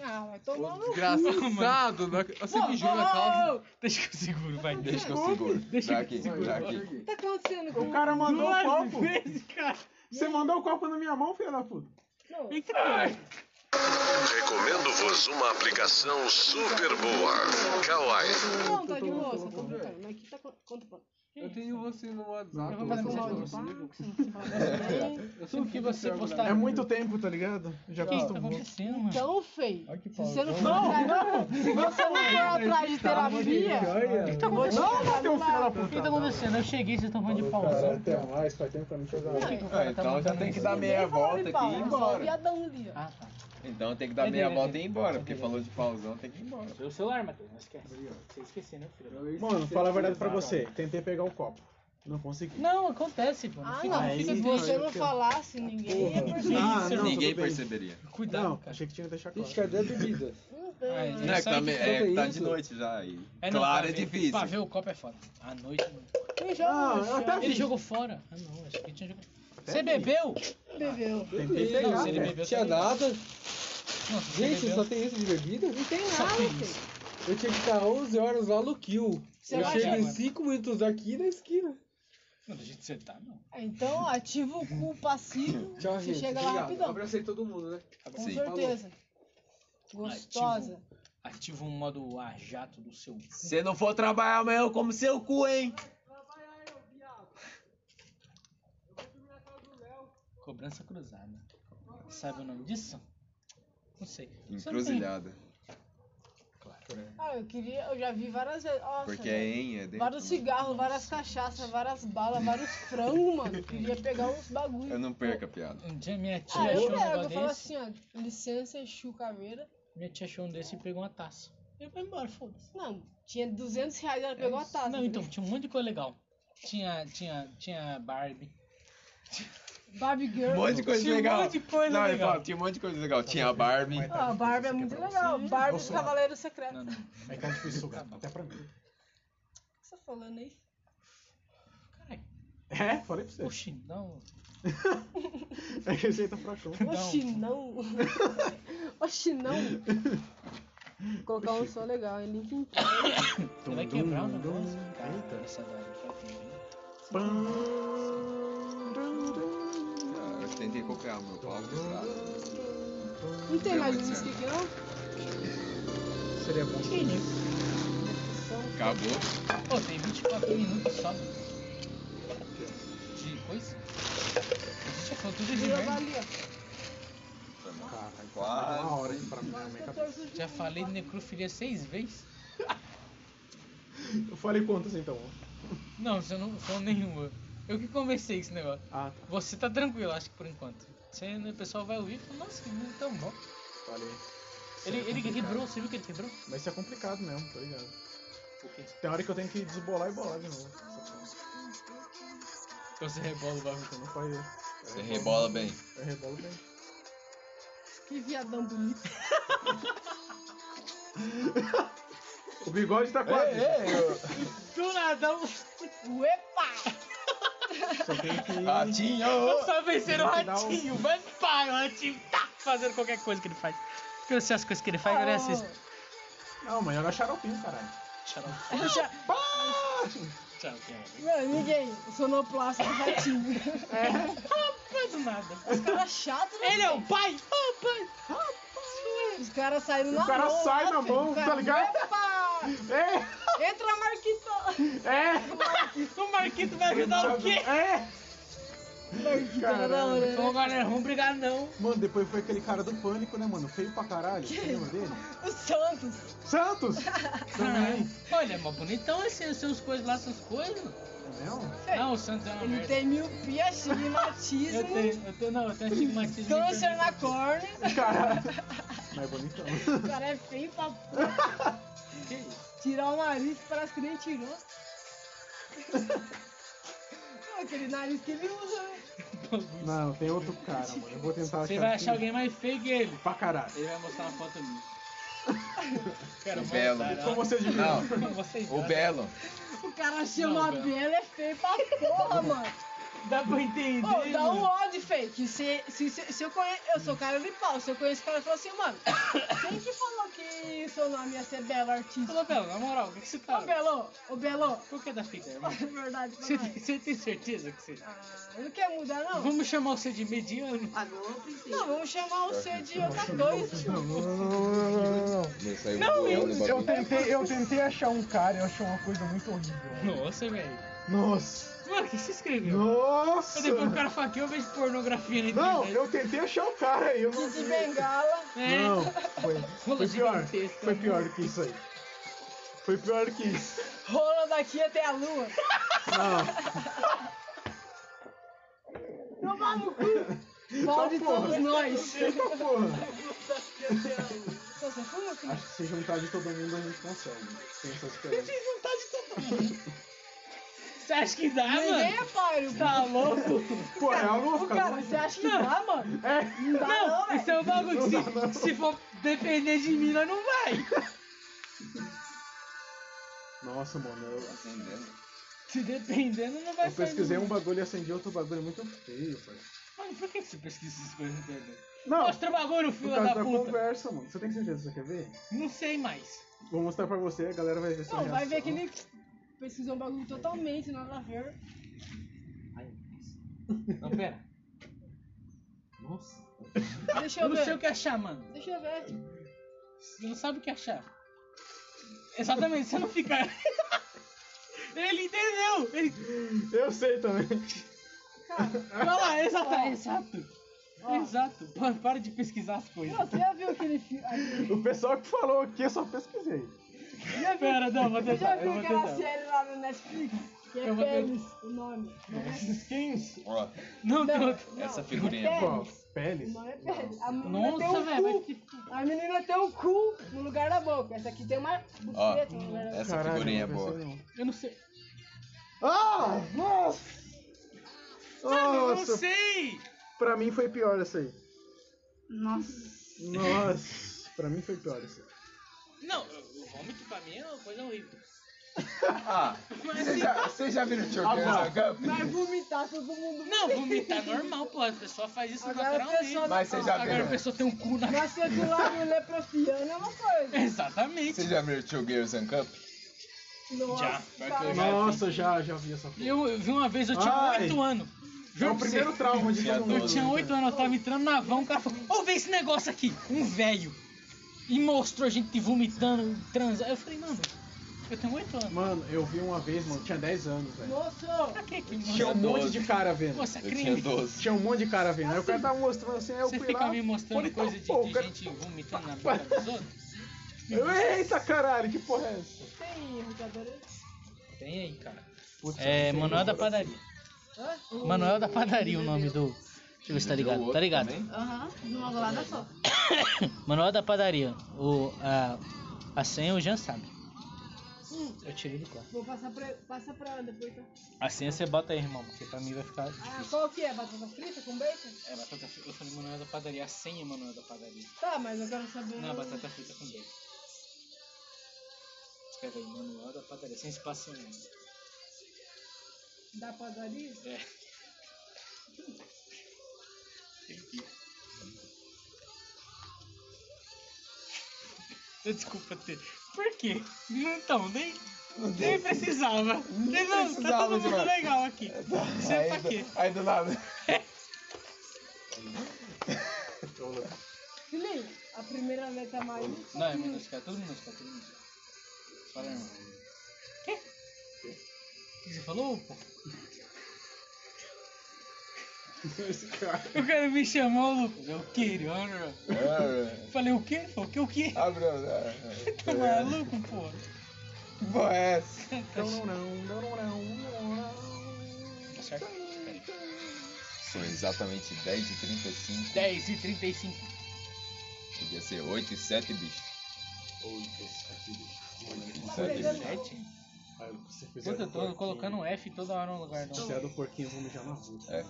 S7: Ah, vai tomar no cu.
S9: Desgraçado, não ac- você mijou na calça.
S4: Deixa que eu seguro, vai.
S9: Deixa que eu seguro.
S4: Deixa
S9: aqui,
S8: dá aqui.
S7: O que tá acontecendo com
S5: O cara mandou o
S4: Duas
S5: copo.
S4: vezes, cara.
S5: Você mandou o copo na minha mão, filha da puta.
S12: Recomendo-vos uma aplicação super boa. Kawaii.
S7: Não, tá de moça, tô brincando. Mas que tá con- conta pra.
S8: Eu tenho você no WhatsApp.
S7: Eu vou fazer
S5: um
S8: você não
S7: mensagem de
S8: fala.
S7: barco, que você não fala assim, né?
S4: Eu sempre que você postar.
S5: tá? É muito tempo, tá ligado? Já
S4: O que que tá
S5: acostumou.
S4: acontecendo, mano?
S7: Então, feio. se você não for
S5: Não,
S7: atrás,
S5: não.
S7: se você não for atrás de
S5: Tá
S7: terapia,
S4: O que tá acontecendo?
S7: Não, não tem um filho da puta.
S4: O que tá acontecendo? Eu cheguei, vocês estão falando de pausão.
S5: Até mais, faz tempo pra não fazer nada.
S8: Ah, então já tem que dar meia volta aqui e ir
S7: só
S8: embora.
S7: viadão ali,
S4: Ah,
S7: ó.
S4: tá.
S8: Então tem que dar meia volta e ir embora, porque falou de pausão, tem que ir embora.
S4: Seu celular, Matheus, não esquece. Você esqueceu, né, filho?
S5: Mano, fala a verdade pra você. Tentei pegar o copo. Não consegui.
S4: Não, acontece, mano.
S7: Ah,
S4: Fica-
S7: não.
S5: Aí,
S7: Se você não
S5: porque-
S7: falasse, ninguém ia
S5: Porra.
S7: perceber.
S5: Ah, não,
S8: Ninguém
S5: tudo bem.
S8: perceberia.
S4: Cuidado,
S5: Não,
S4: cara.
S5: achei que tinha que deixar claro.
S1: Gente, cadê a bebida?
S7: Não tem.
S4: Ah,
S7: né?
S8: Não, é que tá, me- é que tá de
S1: isso?
S8: noite já aí.
S4: É, não,
S8: Claro,
S4: pra
S8: é
S4: ver-
S8: difícil.
S4: Pra ver o copo é foda. À noite, mano.
S7: Quem joga
S5: Ah,
S7: no
S5: eu
S7: chão?
S5: até vi.
S4: Ele jogou fora. Ah, não, acho que ele tinha jogado. Você bebeu?
S7: Bebeu.
S5: Tentei
S1: Não,
S5: pegar,
S4: se ele
S5: né?
S4: bebeu,
S1: Tinha
S4: você bebeu.
S1: nada.
S4: Não, se você
S1: Gente,
S4: bebeu-
S1: só tem isso de bebida?
S7: Não tem
S4: Só
S7: nada,
S4: tem
S7: filho.
S1: Eu tinha que estar 11 horas lá no Kill.
S7: Você
S1: eu
S7: vai
S1: chego
S7: já,
S1: em
S4: mano.
S1: 5 minutos aqui na esquina.
S4: Não, do jeito que você tá, não.
S7: Ah, Então, ativa o cu passivo.
S1: Tchau,
S7: você
S1: gente.
S7: chega lá
S1: Obrigado.
S7: rapidão.
S1: Abracei todo mundo, né?
S7: Com
S8: Sim.
S7: certeza. Gostosa.
S4: Ativa o modo ar jato do seu.
S8: Se não for trabalhar amanhã, eu como seu cu, hein?
S4: Cobrança cruzada. Sabe o nome disso? Não sei. Você não tem- né?
S8: Encruzilhada.
S7: Ah, eu queria, eu já vi várias vezes. Nossa,
S8: Porque é em, é dentro.
S7: Vários cigarros, várias cachaças, várias balas, vários frangos, mano. Eu Queria pegar uns
S8: Eu
S7: bagulho.
S8: não perco a piada.
S4: Um dia minha tia
S7: Ah, eu
S4: achou um
S7: pego, eu
S4: negócio
S7: falo
S4: desse.
S7: assim, ó, licença, Exu Caveira.
S4: Minha tia achou um desse e pegou uma taça. Ele foi embora, foda-se.
S7: Não, tinha 200 reais, ela pegou a taça.
S4: Não, então, tinha um monte de coisa legal. Tinha, tinha, tinha Barbie.
S7: Barbie Girl.
S8: Um monte de coisa
S4: Tinha um
S8: legal.
S4: monte de coisa
S8: não, ele
S4: legal.
S8: fala, tinha um monte de coisa legal. Tinha a Barbie.
S7: Ah, a Barbie é muito legal. Barbie do Cavaleiro Secreto.
S4: Não,
S7: O
S4: não.
S5: Aí tá difícil sugar, até pra mim.
S7: que você tá falando aí?
S5: É, falei pra você.
S4: Oxi, não.
S5: É que você tá fracão.
S7: Oxi, não. Oxi, não. Vou Colocar um som legal, é Linkin Park.
S4: Você vai quebrar o negócio? Cara, essa daí tá com-
S8: Ah, eu tentei copiar o meu pau de estrada.
S7: Não tem mais música aqui, não?
S5: Seria bom.
S4: Que isso?
S8: Acabou.
S4: Pô, tem 24 minutos só. De coisa? A gente já falou tudo de
S7: Vira
S4: merda.
S7: ali, ó.
S5: Caralho,
S8: Quase.
S5: tá uma hora aqui pra mim na minha cabeça.
S4: Já falei de necrofilia seis vezes.
S5: Eu falei quantas então?
S4: Não, você não falou nenhuma. Eu que comecei esse negócio.
S5: Ah, tá.
S4: Você tá tranquilo, acho que por enquanto. Você, o pessoal vai ouvir e fala, nossa, que mundo tão bom.
S5: Falei.
S4: Ele, ele quebrou, você viu que ele quebrou?
S5: Mas isso é complicado mesmo, tá ligado?
S4: Por quê?
S5: Tem hora que eu tenho que desbolar e bolar de novo. Só
S4: Então você rebola o bagulho.
S5: que eu não faz isso.
S8: Você rebola bem.
S5: Eu rebolo bem.
S7: Que viadão bonito.
S2: O bigode tá quase.
S4: Do nada, um... Epa!
S8: Ratinho!
S4: Só vencer o ratinho. Mas para, o ratinho tá fazendo qualquer coisa que ele faz. Eu sei as coisas que ele faz, é eu nem assisto.
S2: Não, mas era xaropinho, caralho.
S4: Tchau, cara.
S7: Mano, ninguém. Sonoplasta do ratinho.
S4: Faz do nada.
S7: Os caras chatos, né?
S4: Ele é o pai? Ah, pai.
S7: Os caras saindo na
S2: O cara
S7: mão.
S2: sai
S7: né,
S2: na
S7: filho?
S2: mão,
S7: O cara,
S2: tá ligado?
S7: Epa!
S2: É,
S7: Entra, Marquito!
S2: é.
S4: O Marquito vai ajudar o quê?
S2: É.
S7: Marquito era da
S2: Caramba.
S7: hora,
S4: Então,
S7: né?
S4: galera, vamos brigar não.
S2: Mano, depois foi aquele cara do pânico, né, mano? Feio pra caralho. Você lembra dele?
S7: O Santos.
S2: Santos! Também.
S4: Olha, mas bonitão esse, os seus coisas lá, suas coisas.
S2: É mesmo?
S4: Não, o Santos é uma
S7: Ele
S4: merda.
S7: tem miopia, astigmatismo,
S4: Eu tenho, eu tenho, não, eu tenho
S7: Então,
S4: astigmatismo.
S7: câncer na córnea.
S2: Caralho. Mas é bonitão.
S7: O cara é feio pra porra. Tirar o nariz, parece que nem tirou. Não, Aquele nariz que ele usa, né?
S2: Não, tem outro cara, mano. Eu vou tentar achar.
S4: Você vai achar
S2: aqui.
S4: alguém mais feio que ele.
S2: Tá Pra caralho.
S4: Ele vai mostrar uma foto minha. Cara,
S8: O Belo.
S2: Como você diz?
S8: Não,
S4: Vocês
S8: o Belo.
S7: O cara chama a
S4: velho.
S7: Bela, é feio pra porra, mano.
S4: Dá pra entender.
S7: Ô, dá um
S4: mano.
S7: ódio, fake. Se, se, se, se eu conheço. Eu sou cara de pau. Se eu conheço o cara, eu falo assim, mano. Quem que falou que seu nome ia ser Belo Artista?
S4: Ô, Belo, na moral, o que, que você tá.
S7: Ô, Belo, ô, Belo.
S4: Por que é da fita, irmão?
S7: Fala a verdade pra
S4: Você,
S7: nós.
S4: você tem certeza que você.
S7: Ah, não quer mudar, não?
S4: Vamos chamar você de mediano?
S7: Ah, Não, vamos chamar o seu de outra coisa.
S2: Não, não, não, não, não, não.
S8: Ele saiu né,
S4: Não,
S8: voando,
S4: eu-
S8: bateu-
S2: Eu tentei, eu tentei achar um cara, eu achei uma coisa muito horrível.
S4: Nossa, velho.
S2: Nossa!
S4: Mano, o que você escreveu? Eu
S2: Nossa!
S4: depois o cara fala que eu vejo pornografia na
S2: Não,
S4: internet.
S2: eu tentei achar o cara aí, eu não.
S7: De bengala.
S4: É. né?
S2: Não, foi, foi
S4: assim,
S2: pior. Foi pior do que isso aí. Foi pior do que isso.
S7: Rola daqui até a lua.
S2: Não,
S7: Toma no cu. Mal de
S2: Então, porra.
S7: todos nós.
S2: eita porra!
S7: Só Você fuma, filho?
S2: Acho que se juntar de todo mundo a gente consegue. Tem essas coisas.
S4: Você acha que dá,
S7: Ninguém
S4: mano?
S7: é páreo.
S4: Tá louco?
S2: Pô, é a
S7: Ô,
S2: louca,
S7: Cara,
S2: não?
S7: você acha que dá, mano?
S2: É,
S7: Não dá, não,
S4: Não,
S7: velho.
S4: isso é um bagulho. que
S2: Não dá, não.
S4: Se, se for depender de mim, nós não vai.
S2: Nossa, mano, eu,
S4: Se dependendo, não vai
S2: eu
S4: sair.
S2: pesquisei
S4: do-
S2: um bagulho e acendi outro bagulho muito feio, pai.
S4: Mano, por que você pesquisa essas coisas na internet?
S2: Não,
S4: Mostra o bagulho,
S2: por
S4: filho
S2: causa
S4: da
S2: da
S4: puta.
S2: conversa, mano. Você tem certeza que você quer ver?
S4: Não sei mais.
S2: Vou mostrar pra você, a galera vai ver sua
S7: Não, vai
S2: reação.
S7: ver que ele pesquisou um bagulho totalmente nada a ver.
S4: Não, pera. Nossa.
S7: Deixa
S4: Eu
S7: eu
S4: não sei o
S7: ver.
S4: que achar, mano.
S7: Deixa eu ver.
S4: Você não sabe o que achar. Exatamente, você não fica. Ele entendeu! Ele...
S2: Eu sei também.
S4: Olha lá, é exata- exato! Exato! Pa- Para de pesquisar as coisas.
S7: Você já viu aquele filme? aquele-
S2: O pessoal que falou aqui, eu só pesquisei.
S4: Pera, não, vou
S7: Você
S4: tentar.
S7: já
S4: Eu
S7: viu
S4: vou
S7: aquela
S4: tentar.
S7: série lá no Netflix? Que é
S4: Eu vou tentar.
S7: Peles, o nome. Não é-
S8: Ó,
S4: Não,
S7: Não,
S4: não.
S7: não,
S8: essa
S7: é
S8: figurinha.
S2: Qual?
S7: Peles.
S2: Peles?
S7: Não é Peles. A menina tem
S4: Nossa,
S7: um
S4: velho. vai
S7: cu.
S4: que-
S7: A menina tem um cu no lugar da boca. Essa aqui tem uma buceta no lugar da boca.
S8: essa figurinha é
S2: não
S8: boa.
S2: pensei não.
S4: Eu não sei.
S2: Ah! Nossa!
S4: Mano, eu não
S2: Nossa,
S4: sei!
S2: pra mim foi pior essa aí.
S13: Nossa.
S2: Nossa, pra mim foi pior essa aí.
S4: Não, o vômito pra mim é uma coisa horrível.
S8: Ah, vocês já, vocês já viram o
S2: Ah,
S8: Chorganza Gump?
S7: Vai vomitar todo mundo.
S4: Não, vomitar é normal, pô. A pessoa faz isso
S7: Agora tá a
S4: naturalmente.
S7: pessoa-
S8: Mas vocês já
S4: Agora a
S8: viram?
S4: pessoa tem um cu na.
S7: Nascer do lado leprofiano é uma coisa.
S4: Exatamente.
S8: Vocês já viram o Two Girls and Cup?
S4: Já.
S7: Nossa,
S8: Vai que eu
S7: cara.
S8: já-
S2: Nossa, já, já vi essa foto.
S4: Eu, eu vi uma vez, eu tinha
S2: Ai.
S4: oito anos.
S2: É
S4: Juro
S2: o
S4: pra você.
S2: primeiro trauma de
S8: Tinha
S2: todo mundo.
S4: Eu tinha oito anos, eu tava entrando na van, o cara falou, ô, vê esse negócio aqui, um velho. E mostrou a gente vomitando, transando. Eu falei, mano, eu tenho oito anos.
S2: Mano, eu vi uma vez, mano, tinha 10 anos, velho.
S7: Moço,
S4: Pra que que
S2: Tinha um
S4: mano?
S8: doze.
S2: monte de cara vendo.
S4: Moça,
S8: Eu tinha
S4: crime.
S8: 12.
S2: Tinha um monte de cara vendo. Aí o cara tava mostrando assim, aí eu
S4: Você
S2: fui
S4: fica
S2: lá.
S4: me mostrando
S2: falei, tá
S4: coisa de,
S2: bom,
S4: de
S2: cara.
S4: gente vomitando na boca dos outros?
S2: Eu, Eita caralho, que porra é essa?
S7: tem roteador aí?
S4: Tem aí, cara.
S2: Putz,
S4: É,
S2: eu não sei
S4: Manuel
S2: como
S4: da Padaria.
S7: Hã?
S4: Manuel da Padaria o nome do... Deixa eu ver se tá ligado. Tá ligado.
S7: Aham, de uma golada só.
S4: Manual da padaria. O, a, a senha o Jean sabe. Eu tirei do quarto.
S7: Vou passar pra, passa pra ela depois, tá?
S4: A ciência bota aí, irmão, porque pra mim vai ficar
S7: Ah,
S4: difícil.
S7: qual que é? Batata frita com bacon?
S4: É, batata frita. Eu falei Manuel da padaria, a senha é Manuel da padaria.
S7: Tá, mas eu quero saber...
S4: Não, é batata frita com bacon. Espera aí, Manuel da padaria, sem espaço nenhum.
S7: Da padaria?
S4: É. Desculpa ter. Por quê? Então, nem. Nem precisava. Nem não, tá
S8: precisava,
S4: todo mundo
S8: Eduardo.
S4: legal aqui. Isso
S2: tá
S4: é pra quê?
S8: Aí do nada.
S7: Felipe, a primeira letra maiúscula...
S4: Não, é minúscula, é tudo minúscula, é tudo minúscula. Fala, irmão. Quê? O que você falou, pô? O cara me chamou, Lucas. Eu queria, né?
S8: É,
S4: Falei o quê? Falei, o que o quê?
S8: Ah, bro. É.
S4: Tá maluco, pô?
S8: Que porra é essa?
S4: Não, não,
S2: Então, não, não, não, não.
S4: Tá certo?
S8: São exatamente 10 e 35.
S4: 10 e 35.
S8: Podia ser 8 e 7, bicho.
S5: 8, 7,
S7: Tá
S5: 8,
S8: 7, bicho.
S4: é Puta,
S8: é
S4: eu tô colocando um F toda hora no lugar.
S5: Se fizer
S4: Não.
S5: do porquinho, eu vou mijar na rua.
S8: É.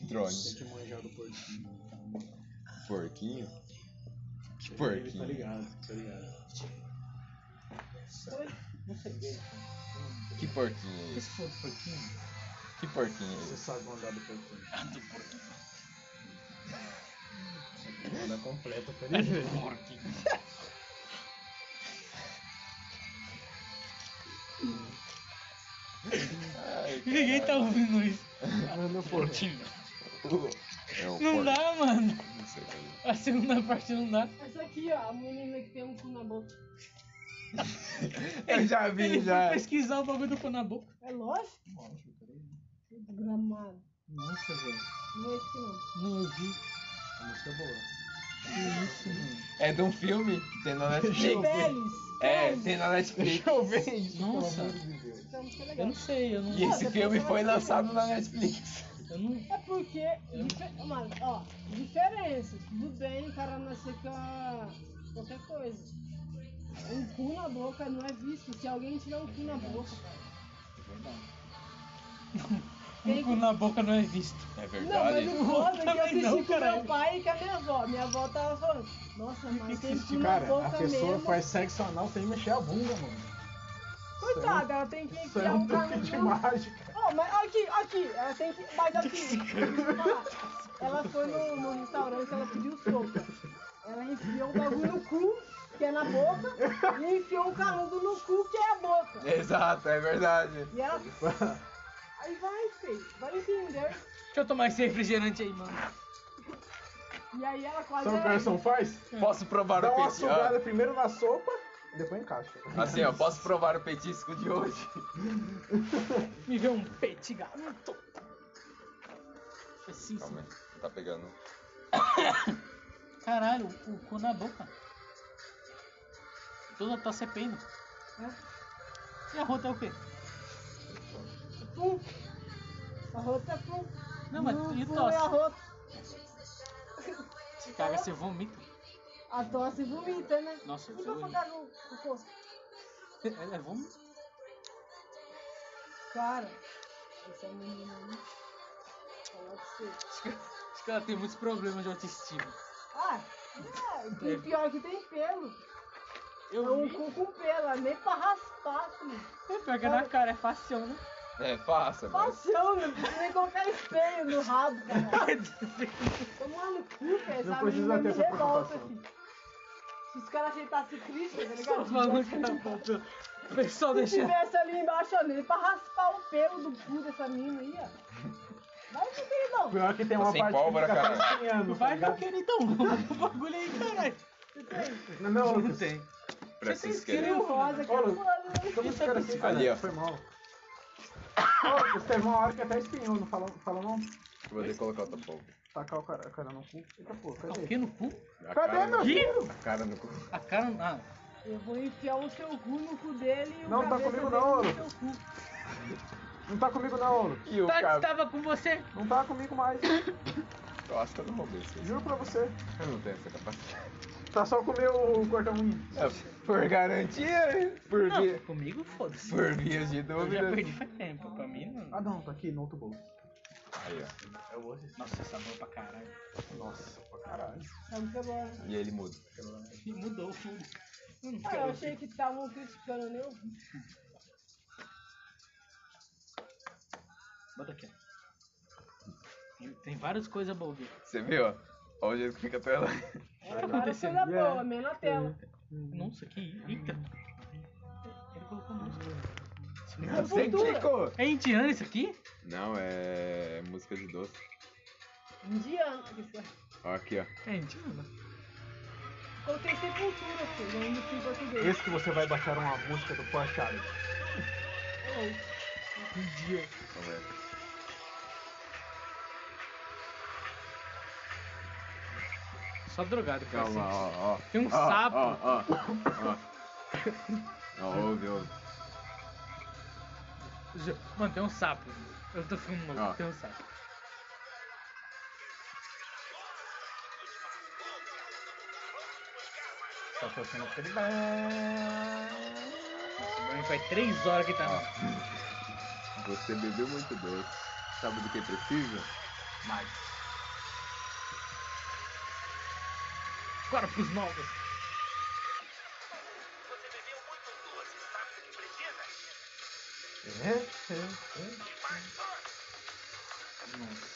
S8: Drone.
S5: Tem que manjar do porquinho.
S8: Porquinho? Que
S5: Ele
S8: porquinho?
S5: tá ligado, tá ligado.
S4: Não sei bem.
S8: Que porquinho é
S4: Esse
S8: esse?
S4: foi do porquinho?
S8: Que porquinho é
S5: Você
S8: esse?
S5: sabe mandar do porquinho.
S4: Ah, do porquinho.
S5: Manda completa pra ele ver.
S4: Porquinho.
S8: Ai,
S4: Ninguém tá ouvindo isso.
S5: Manda porquinho.
S4: Porquinho.
S8: É o
S4: Não
S8: porquinho.
S4: dá, mano.
S8: Não sei o que é isso.
S4: A segunda parte não dá.
S7: Essa aqui, ó, a menina que tem um cu na boca.
S8: Eu já vi,
S4: Ele
S8: já.
S4: foi pesquisar o bagulho do cu na boca.
S7: É lógico, desgramado.
S4: Nossa, velho.
S7: Não é isso que não.
S4: Não ouvi.
S5: A música é boa.
S8: É de um filme que tem na Netflix.
S7: Peles.
S8: É, tem na Netflix.
S5: Deixa eu ver isso.
S4: Nossa.
S5: Pelo amor de Deus.
S7: Essa música é
S4: Eu
S7: legal.
S4: não sei, eu não.
S8: E esse filme foi lançado na Netflix.
S4: Eu não.
S7: É porque, dife- mano, ó, diferença. Tudo bem, o cara nascer com a- qualquer coisa. Um cu na boca não é visto. Se alguém tiver um cu na boca.
S4: Um cu na boca não é visto.
S8: É
S7: Não, mas
S8: verdade.
S7: o foda é que eu
S4: Também não,
S7: assisti com
S4: caralho.
S7: meu pai e com a minha avó. Minha avó tava falando, nossa, mas tem cu na
S5: Cara, a
S7: boca
S5: pessoa
S7: mesmo.
S5: faz sexo anal sem mexer a bunda, mano.
S7: Coitada, ela tem que
S5: Isso é
S7: enfiar
S5: um
S7: um
S5: truque de
S7: caminho
S5: mágica.
S7: Ó, mas aqui, aqui, ela tem que. Mas aqui, ó, ela foi no, no restaurante, ela pediu sopa. Ela enfiou um bagulho no cu, que é na boca, e enfiou um canudo no cu, que é a boca.
S8: Exato, é verdade.
S7: E ela. Aí vai, filho, vai entender.
S4: Deixa eu tomar esse refrigerante aí, mano.
S7: E aí ela quase. é,
S5: Sabe o que o garçom faz?
S8: Posso provar
S5: Dá
S8: o
S5: uma
S8: petisco?
S5: sugada primeiro na sopa, depois encaixa.
S8: Assim, ó, posso provar o petisco de hoje?
S4: Me vê um pete garoto. Assim,
S8: Calma aí, tá pegando.
S4: Caralho, o cu na boca. Toda tosse é pena.
S7: né?
S4: E a rota é o quê?
S7: Pum. A rota é pum.
S4: Não, mas e
S7: Pum é a
S4: tosse?
S7: rota.
S4: Se caga, você vomita.
S7: A tosse vomita, né?
S4: Nossa,
S7: e
S4: isso é
S7: pra
S4: horrível.
S7: focar no, no corpo?
S4: É, é vômito?
S7: Cara, é um essa menina aí. Falar pra você.
S4: Acho que ela tem muitos problemas de autoestima.
S7: Ah, é, e pior que tem pelo. É
S4: Eu
S7: um
S4: vi.
S7: cu com pelo, é nem pra raspar, filho.
S4: É, pega na cara, é fácil, né?
S8: É, faça, mas.
S7: Paixão, meu. Precisa nem colocar espelho no rabo, cara. Tomar no cu, velho.
S5: Não
S7: Essa
S5: precisa
S7: menina
S5: ter
S7: me
S5: essa
S7: revolta,
S5: preocupação.
S7: filho. Se os caras aceitassem Cristo, tá
S4: Tô
S7: ligado?
S4: falando que ela voltou. O pessoal
S7: Se
S4: deixa.
S7: tivesse ali embaixo, ó, nem pra raspar o pelo do cu dessa menina aí, ó. Vai, meu queridão.
S5: Pior que tem
S8: Tá
S5: uma
S8: sem
S5: parte que
S8: pólvora,
S5: fica
S8: cara.
S5: passeando, tá
S4: Vai, meu
S5: ligado?
S4: queridão. O bagulho aí, caralho.
S5: Não, não, Lucas.
S4: tem.
S8: Preciso
S4: tem
S8: querer.
S7: Viu, Rosa, que é
S5: Olha,
S7: foda, né?
S5: Como
S2: é
S5: os caras assim,
S8: Ali,
S5: cara?
S8: ó.
S5: Foi mal. Ô, Lucas, teve uma hora que até espinhou, não fala, fala não?
S8: Vou ter que colocar outra pólvora.
S5: Tacar o cara, a cara no cu. Eita, pô,
S4: O
S5: cadê?
S4: que no cu?
S5: Cadê,
S8: A cara no-
S5: meu
S8: A cara no cu.
S4: A cara. Ah,
S7: Eu vou enfiar o seu cu no cu dele e o
S5: Não, tá
S7: cabeça
S5: comigo
S7: dele
S5: não,
S7: no
S5: Lu.
S7: seu cu.
S5: Não tá comigo não, Lucas.
S8: E o
S4: tá,
S8: cara.
S4: estava com você.
S5: Não tá comigo mais.
S8: Eu acho que eu não roubei isso.
S5: Juro pra você.
S8: Eu não tenho essa capacidade.
S5: Tá só com o meu cortão ruim.
S8: É, Por garantia, né? Por
S4: Não,
S8: via-
S4: comigo foda-se.
S8: Por via de dúvida.
S4: Eu já perdi faz tempo, pra mim não.
S5: Ah não, tá aqui no outro bolso.
S8: Aí, ó.
S5: É o bolso.
S4: Nossa, essa boa pra caralho.
S5: Nossa, pra caralho.
S8: E ele muda.
S4: Ih, Mudou o fundo. Eu não
S7: Ah, eu
S4: quero
S7: achei que estavam criticando, né?
S4: Tá Bota aqui, ó. Tem- Tem várias coisas boas aqui.
S8: Você viu? Olha o jeito que fica a tela.
S4: O que tá
S7: Várias
S4: acontecendo?
S7: coisas boas, menos a tela.
S4: Nossa, que. Eita! Ele colocou música.
S8: Não sei, Kiko.
S4: É indiano isso aqui?
S8: Não, é música de doce.
S7: Indiano. isso é.
S8: Ó, aqui, ó.
S4: É indiano.
S7: Coloquei sepultura, filho, ainda em português.
S5: Esse que você vai baixar uma música do Panchari.
S7: Oh.
S4: Só drogado, cara.
S8: Calma, ó, ó.
S4: Tem um
S8: Ó,
S4: sapo.
S8: Ó, ó, ó. Ó, ouve, ouve.
S4: Ju- Mano, tem um sapo. Eu tô ficando louco,
S8: Ó.
S4: tem um sapo. Só que eu tenho que Faz três horas que tá.
S8: Você bebeu muito doce. Sabe do que precisa?
S4: Mais. Agora pros novos.
S5: É, é,
S4: Nossa.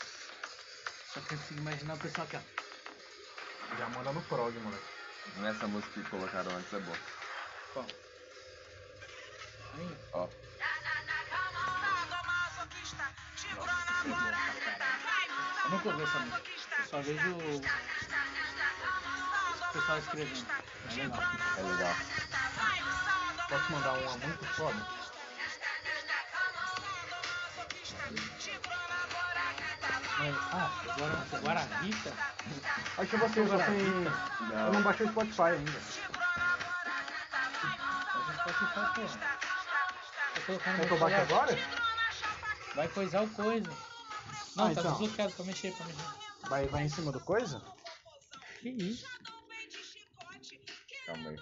S4: Só consigo imaginar o pessoal aqui, ó.
S5: é. Já manda no prog, moleque.
S8: Nessa é música que colocaram antes é bom.
S4: Bom.
S8: Ó.
S4: Eu nunca ouvi essa música. Eu só vejo o pessoal escrevendo. É legal.
S8: É legal.
S5: Posso te mandar uma muito foda?
S4: Mas, ah, Guara- Guaravita?
S5: Acho que você, você
S8: Não.
S5: Eu não baixei o Spotify ainda.
S4: A gente pode ficar, pô. Vai colocar no
S5: Quer
S4: meu
S5: É que eu baixe
S4: celular.
S5: agora?
S4: Vai coisar o coisa. Não,
S5: Ah,
S4: tá
S5: então.
S4: desbloqueado pra mexer, pra mexer.
S5: Vai, vai em cima do coisa?
S4: Que isso?
S8: Calma aí.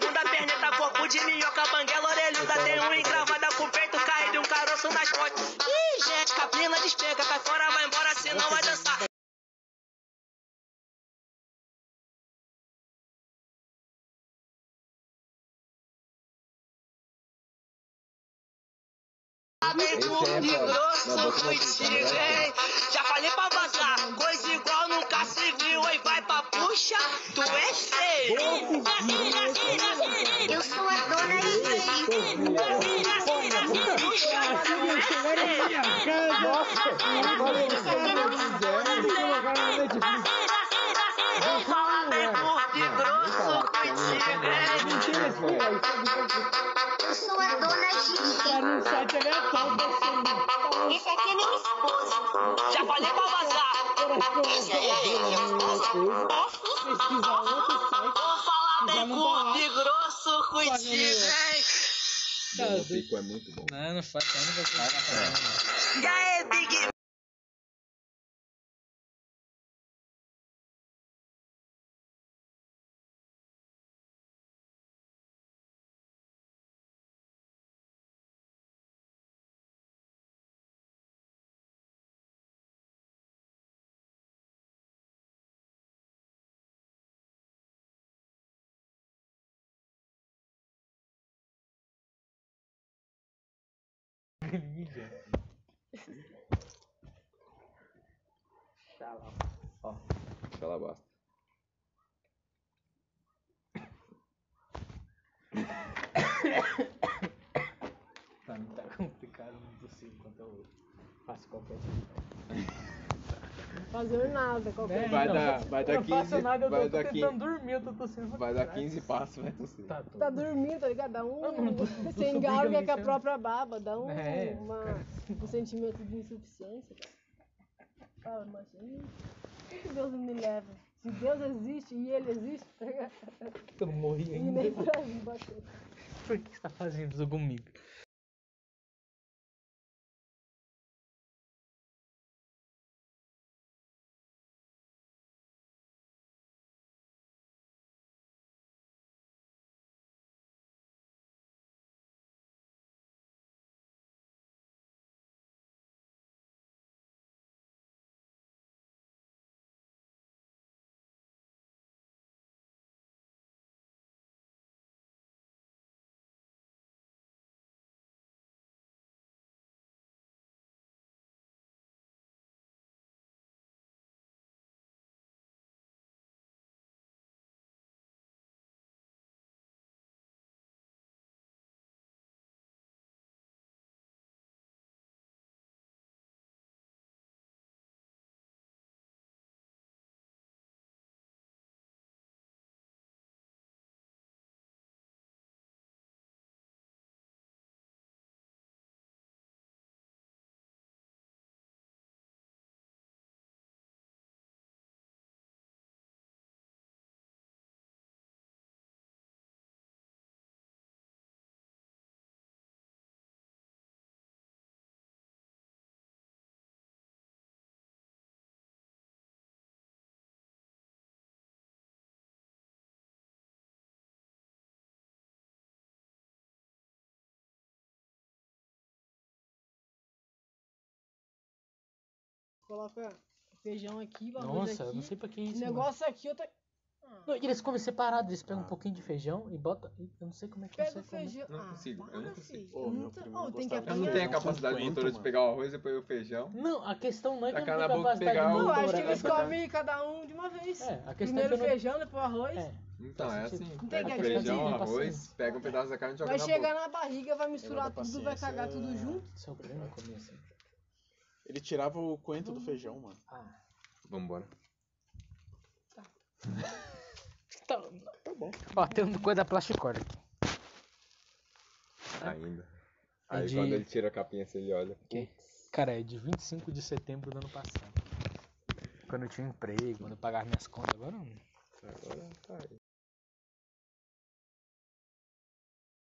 S10: bunda, perneta, corpo de minhoca, banguela, orelhuda. Tem um engravada com o peito caído e um caroço nas costas. Ih, gente, caprina, despega, cai fora, vai embora, senão vai dançar.
S8: é né?
S10: Já falei pra vazar, coisa igual nunca se viu, hein? Vai pra puxa, tu é feio. Eu sou a dona Eu sou a dona Isso aqui é minha esposa. Já falei pra vazar. Esse aí é minha esposa. Vou falar bem curto e grosso contigo, hein?
S8: Mano, o bico é muito bom.
S4: Não, não faz, não vai falar.
S10: E aí, Big
S8: Ela basta.
S4: Pra mim tá complicado não tossir enquanto eu faço qualquer coisa. É.
S7: Fazer nada, qualquer
S8: Vai dar- vai dar
S4: eu Não
S8: 15,
S4: faço nada, eu
S8: vai
S4: tô
S8: dar
S4: tentando
S8: 15.
S4: dormir, eu tô tossindo. pra
S8: Vai dar
S4: caralho.
S8: 15 passos, né? vai tossir.
S4: Tá, tô.
S7: Tá dormindo, tá ligado? Dá um.
S4: não tô- não
S7: Você
S4: tô
S7: engalga
S4: brigando,
S7: com a
S4: não.
S7: própria baba, dá um.
S4: É,
S7: uma- um sentimento de insuficiência, cara. Fala, imagina. Por que Deus não me leva? Se Deus existe e ele existe, tá ligado?
S4: Eu não morri
S7: E
S4: ainda.
S7: nem pra mim bateu.
S4: Por que você tá fazendo isso comigo?
S7: Coloca feijão aqui, bagulho
S4: Nossa, eu
S7: aqui.
S4: não sei pra que isso. mano.
S7: Negócio aqui, outra.
S4: Não, e eles comem separado, eles pegam um pouquinho de feijão e botam. Eu não sei como é que
S7: Pega o
S4: consegue comer.
S7: feijão.
S8: Não consigo, eu não consigo.
S7: Ah, não tá- Ô, tem que
S8: Eu não
S7: apanhar.
S8: tenho a capacidade motora de pegar o arroz e depois o feijão.
S4: Não, a questão não é que eu
S8: Tacar
S4: não
S8: na
S4: tenho
S8: boca e
S4: capacidade
S8: pegar o- né?
S7: Não,
S4: motora.
S7: acho que
S4: é
S7: eles
S4: só-
S7: comem cada um de uma vez.
S4: É, a questão é que
S7: Primeiro
S4: eu não-
S7: feijão, depois arroz.
S4: É.
S8: Então, é assim.
S7: Não tem
S8: Pega
S7: que-
S8: feijão,
S4: Não faz
S8: arroz,
S4: sentido.
S8: pega um pedaço da carne e joga
S7: Vai
S8: na
S7: chegar
S8: boca.
S7: na barriga, vai misturar
S2: Tem que
S7: tudo,
S2: dar
S7: vai cagar
S4: é.
S2: paciência.
S7: tudo junto.
S4: Seu primo comia assim.
S2: Ele tirava o coentro do feijão, mano.
S4: Ah.
S8: Vambora.
S4: Tá, tá bom. Ó, tem uma coisa da plasticorda aqui.
S8: Ainda.
S4: É
S8: Aí
S4: de-
S8: quando ele tira a capinha, assim, ele olha.
S4: Que- Cara, é de 25 de setembro do ano passado. Quando eu tinha emprego, quando eu pagava minhas contas, agora não.
S8: Agora tá aí.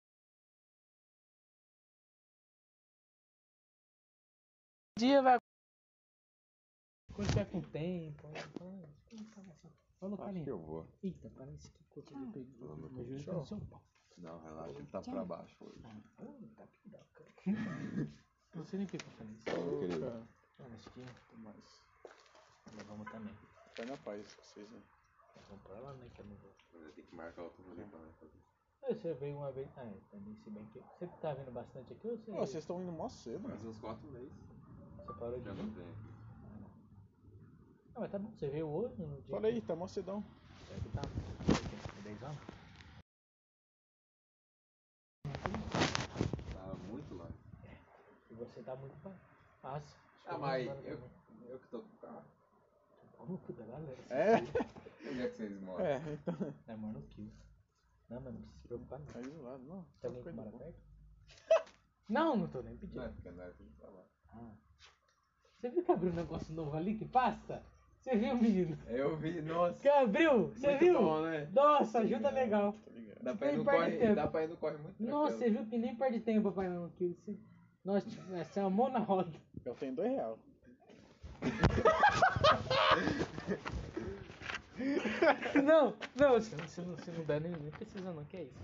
S4: Um né? dia vai. Quando tiver com tempo. então, então, assim. Ô,
S8: Acho
S4: Lucarinho.
S8: que eu vou.
S4: Eita, parece que coisa eu peguei.
S8: Tô no
S4: Meu joelho tá
S8: show.
S4: no seu pau.
S8: Não, relaxa, ele tá pra baixo hoje.
S4: Puta piroca. Não sei nem por que eu falei isso.
S8: Ô, querido.
S4: Cara, acho que é mais. Mas vamos também.
S2: Vai na paz com vocês, né?
S4: Vamos pra lá, né? Que eu não vou.
S8: Tem que marcar outro rolê pra nós fazer.
S4: Ah, Você veio uma vez. Ah, eu também, se bem que. Você tá vindo bastante aqui ou você.
S2: Pô, vocês estão indo mó cedo, mano.
S8: Faz uns quatro meses.
S4: Você parou de.
S8: Já
S4: vir?
S8: não tem.
S4: Ah, mas tá bom, você veio hoje no dia.
S2: Olha aí, tá mó cedão.
S4: Será que tá? 10 anos?
S8: Tá muito lá.
S4: E você tá muito pa- fácil.
S8: Ah, mas eu, eu que tô com o carro.
S4: Puta um da galera.
S2: É?
S8: Onde é que vocês moram?
S2: É, então.
S4: É, mano, o kill. Não, mas não precisa se preocupar, não.
S2: Aí do lado, não.
S4: Tem
S2: Tá
S4: alguém que
S2: coisa
S4: mora
S2: boa.
S4: perto? Não, não tô nem
S8: Não, é
S4: pedindo.
S8: porque não é tudo pra lá.
S4: Ah. Você viu que abriu um negócio novo ali que passa? Você viu, menino?
S8: Eu vi, nossa.
S4: Que abriu? Você
S8: muito
S4: viu?
S8: Bom, né?
S4: Nossa, ajuda legal.
S2: Tá ligado.
S8: Dá pra, ir
S4: Tem
S8: no
S4: perto de tempo.
S8: corre, dá pra ir no corre muito
S4: Nossa, você
S8: tranquilo.
S4: viu que nem perde tempo, papai não kill. Você... Nossa, tipo, essa é uma mão na roda.
S2: Eu tenho dois real.
S4: Não, não, você não, você não, você não dá nem, nem precisa não, que é isso.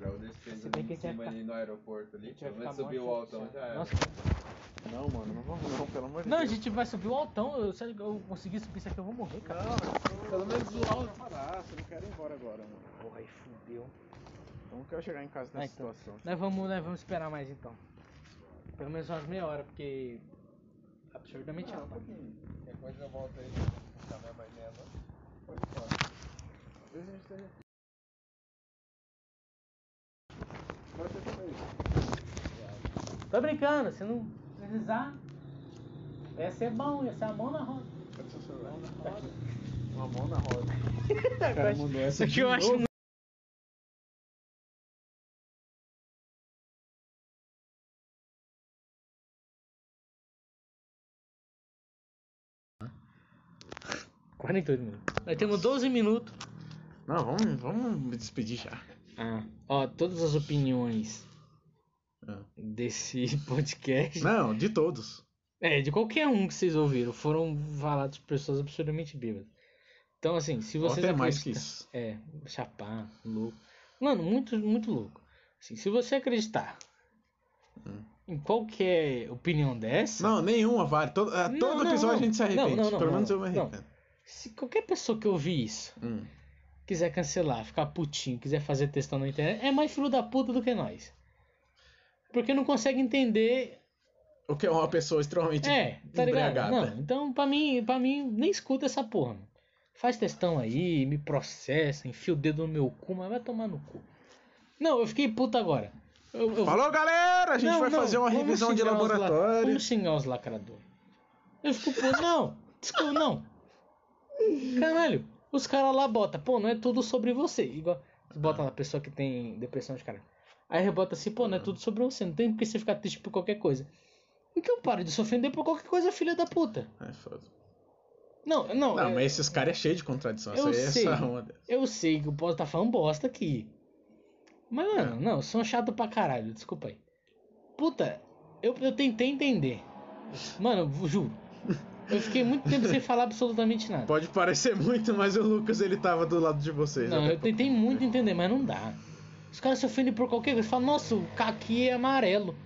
S8: Eu deixei
S4: Se bem
S8: ele
S4: que
S8: em
S4: a gente
S8: cima
S4: vai
S8: ali no aeroporto
S4: A
S8: ali.
S4: gente vai
S8: Pelo menos
S4: ficar
S8: subir o
S4: morto,
S8: altão
S4: gente.
S8: já era.
S4: Nossa,
S2: Não, mano, não vamos não, pelo amor de
S4: Não, a
S2: Deus.
S4: gente vai subir o altão. Eu, se eu conseguir subir isso aqui, eu vou morrer, cara.
S2: Pelo menos o alto. Parar, você não quer ir embora agora, mano.
S4: Porra, aí fudeu.
S2: Eu não quero chegar em casa
S4: Ah,
S2: nessa
S4: então.
S2: situação.
S4: Nós vamos, nós vamos esperar mais então. Pelo menos umas meia hora, porque. Absurdamente
S8: Ah, um
S4: rápido.
S8: pouquinho. Qualquer coisa eu volto aí pra buscar minha mãe dela. Pode ir
S2: Às vezes a gente tá-
S8: embora. Você também.
S4: Tô brincando, se não precisar. Ia ser bom, ia ser a mão na roda.
S2: Cadê seu celular? Uma mão na roda.
S4: Isso aqui eu acho muito. Quarenta minutos. Nós temos 12 minutos.
S2: Não, vamos, vamos me despedir já.
S4: Ah, ó, todas as opiniões
S2: Ah.
S4: desse podcast.
S2: Não, de todos.
S4: É, de qualquer um que vocês ouviram, foram falados por pessoas absurdamente bêbadas. Então, assim, se
S2: Ou
S4: vocês.
S2: até mais que
S4: acreditam-
S2: isso.
S4: É, chapar, louco. Mano, muito, muito louco. Assim, se você acreditar em qualquer opinião dessa.
S2: Ah. Não, nenhuma vale. Todo, a
S4: Não,
S2: todo
S4: não,
S2: episódio
S4: não.
S2: a gente se arrepende.
S4: Não, não, não,
S2: Pelo
S4: não,
S2: menos eu me
S4: não.
S2: arrependo.
S4: Se qualquer pessoa que ouvir isso
S2: Hum.
S4: quiser cancelar, ficar putinho, quiser fazer textão na internet, é mais filho da puta do que nós. Porque não consegue entender
S2: O que é uma pessoa extremamente
S4: É, tá ligado?
S2: embriagada.
S4: Não, então pra mim, pra mim, nem escuta essa porra, mano. Faz textão aí, me processa, enfia o dedo no meu cu, mas vai tomar no cu. Não, eu fiquei puto agora. Eu, eu-
S2: Falou, galera! A gente
S4: Não,
S2: vai
S4: não,
S2: fazer uma
S4: vamos
S2: revisão de
S4: xingar os la-
S2: laboratório.
S4: Vamos xingar os lacradores. Eu fico puto, não, desculpa, não. Caralho, os caras lá botam, pô, não é tudo sobre você. Igual,
S2: Ah.
S4: bota lá, pessoa que tem depressão de cara. Aí rebota assim, pô, não é tudo sobre você, não tem por que você ficar triste por qualquer coisa. Então para de se ofender por qualquer coisa, filha da puta.
S2: Ai, É foda.
S4: Não, não,
S2: Não,
S4: é-
S2: mas esses caras é cheio de contradição.
S4: Eu
S2: Essa aí é
S4: sei.
S2: essa onda.
S4: eu sei que eu posso estar falando bosta aqui. Mas, mano, não, são chato pra caralho, desculpa aí. Puta, eu, eu tentei entender. Mano, eu juro. Eu fiquei muito tempo sem falar absolutamente nada.
S2: Pode parecer muito, mas o Lucas ele tava do lado de vocês.
S4: Não,
S2: até
S4: eu tentei muito entender, mas não dá. Os caras se ofendem por qualquer coisa. Falam, nossa, o caqui é amarelo.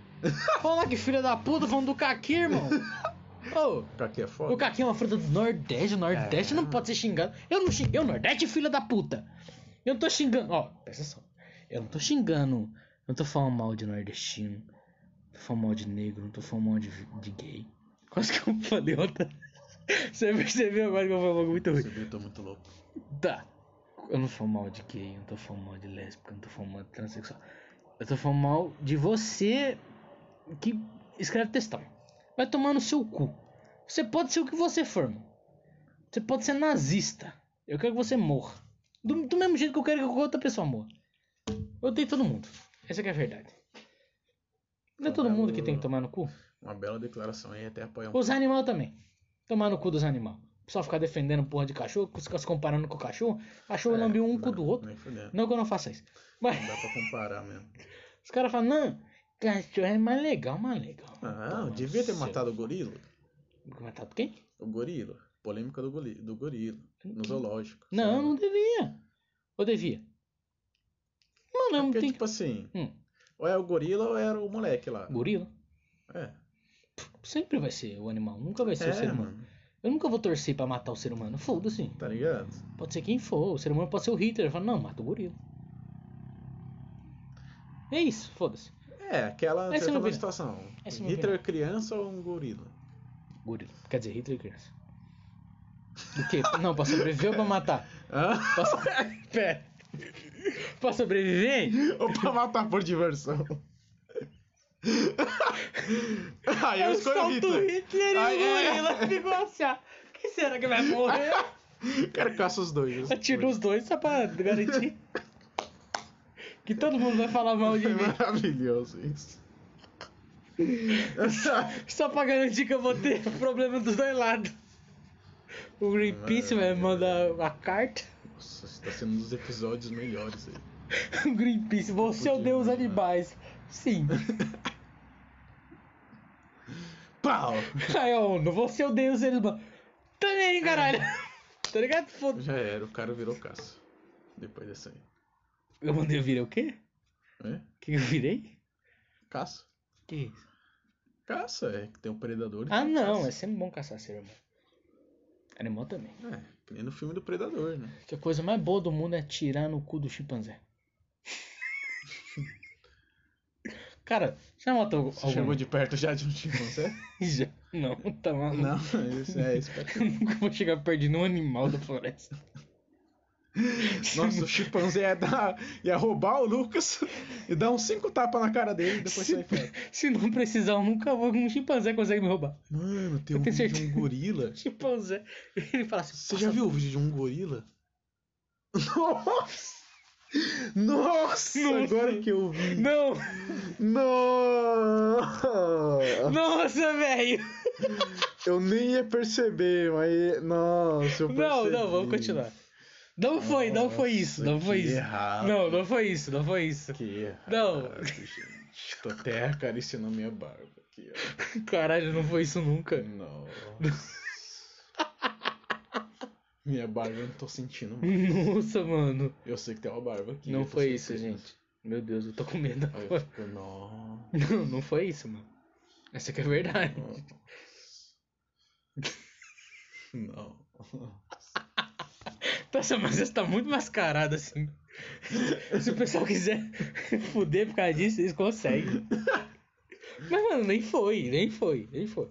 S4: Fala que filha da puta falando do caqui, irmão. Ô,
S2: Pra que é foda?
S4: O caqui é uma fruta do Nordeste, o Nordeste não pode ser xingado. Eu não xinguei o Nordeste, filha da puta. Eu não tô xingando, ó, presta atenção. Eu não tô xingando, eu não tô falando mal de nordestino, não tô falando mal de negro, não tô falando mal de, de gay. Quase que eu falei outra. Você percebeu agora que eu falei algo muito ruim.
S2: Você viu, eu tô muito louco.
S4: Tá. Eu não falo mal de gay, eu não tô falando mal de lésbica, eu não tô falando mal de transexual. Eu tô falando mal de você que escreve textão. Vai tomar no seu cu. Você pode ser o que você for, mano. Você pode ser nazista. Eu quero que você morra. Do, do mesmo jeito que eu quero que qualquer outra pessoa morra. Eu odeio todo mundo. Essa que é a verdade. Não é todo mundo que tem que tomar no cu?
S2: Uma bela declaração aí, até apoia um
S4: Os animal também. Tomar no cu dos animal. Só ficar defendendo porra de cachorro, ficar se comparando com o cachorro. Cachorro
S2: É,
S4: lambe um
S2: não,
S4: cu do outro.
S2: Nem fudendo.
S4: Não que eu não faça isso. Mas
S2: Não dá pra comparar mesmo.
S4: os caras falam, não, cachorro é mais legal, mais legal.
S2: Ah,
S4: Toma
S2: devia ter
S4: no
S2: matado o gorilo.
S4: seu- Matado quem?
S2: O gorilo. Polêmica do, goli- do gorila, no zoológico.
S4: Não, não devia. Ou devia? Mano,
S2: não Porque, tem... tipo assim,
S4: Hum.
S2: ou é o gorila ou era o moleque lá.
S4: Gorila?
S2: É.
S4: Sempre vai ser o animal, nunca vai ser
S2: É,
S4: o ser humano. Eu nunca vou torcer pra matar o ser humano, foda-se.
S2: Tá ligado?
S4: Pode ser quem for, o ser humano pode ser o Hitler. Fala, não, mata o gorila. É isso, foda-se.
S2: É, aquela
S4: Essa é a minha
S2: aquela
S4: opinião.
S2: situação.
S4: Essa é a minha
S2: Hitler criança ou um gorila?
S4: Gorila. Quer dizer, Hitler criança. O quê? Não, pra sobreviver ou pra matar?
S2: Ah,
S4: Pra so- Pera. Pra sobreviver?
S2: Ou pra matar por diversão? Aí
S4: É
S2: eu escolho
S4: solto
S2: Hitler.
S4: o Hitler e
S2: Aí é.
S4: o gorila ficou assim, ó. Quem será que vai morrer?
S2: Cara, caça os dois.
S4: né? Atira os dois só pra garantir. Que todo mundo vai falar mal de mim.
S2: É Maravilhoso isso.
S4: Só pra garantir que eu vou ter problema dos dois lados. O Greenpeace vai mandar a carta.
S2: Nossa, isso tá sendo um dos episódios melhores aí.
S4: O Greenpeace, você odeia
S2: né,
S4: os animais. Sim.
S2: Pau!
S4: Aí, a ONU, você odeia os seres humanos. Também, caralho. Tá ligado? Foda
S2: Já era, o cara virou caça. Depois dessa aí.
S4: Eu mandei eu virei o quê?
S2: É?
S4: Que eu virei?
S2: Caça.
S4: Que isso?
S2: Caça, é que tem um predador. e
S4: Ah,
S2: tem um
S4: não,
S2: caça.
S4: é sempre bom caçar ser humano. Animal também.
S2: É, que nem no filme do Predador, né?
S4: Que a coisa mais boa do mundo é tirar no cu do chimpanzé. Cara, já matou
S2: Você
S4: algum?
S2: chegou de perto já de um chimpanzé?
S4: Já. Não, tá maluco.
S2: Não, isso é isso.
S4: Eu nunca vou chegar perto de nenhum animal da floresta.
S2: Nossa, o chimpanzé ia, dar, ia roubar o Lucas e dar uns cinco tapas na cara dele e depois
S4: Se,
S2: sair fora.
S4: se não precisar, eu nunca vou. Um chimpanzé consegue me roubar.
S2: Mano, tem
S4: Eu tenho
S2: um vídeo de
S4: certeza.
S2: um gorila.
S4: Chimpanzé. Ele fala assim.
S2: Você já viu o vídeo de um gorila? Nossa! Nossa,
S4: Nossa.
S2: agora que eu vi.
S4: Não!
S2: Nossa!
S4: Nossa, velho!
S2: Eu nem ia perceber, mas. Nossa, eu percebi.
S4: Não, não, vamos continuar. Não foi, não foi isso, não foi
S2: que
S4: isso.
S2: errado.
S4: Não, não foi isso, não foi isso.
S2: Que
S4: Não,
S2: gente. Tô até acariciando a minha barba aqui, ó.
S4: caralho, não foi isso nunca.
S2: Nossa. Minha barba eu não tô sentindo mais.
S4: Nossa, mano.
S2: Eu sei que tem uma barba aqui.
S4: Não
S2: eu tô
S4: foi
S2: sentindo.
S4: isso, gente. Meu Deus, eu tô com medo
S2: Aí
S4: agora.
S2: eu fico, nossa.
S4: Não, não foi isso, mano. Essa que é a verdade.
S2: Não.
S4: Nossa, mas você tá muito mascarado assim. Se o pessoal quiser fuder por causa disso, eles conseguem. Mas, mano, nem foi, nem foi, nem foi.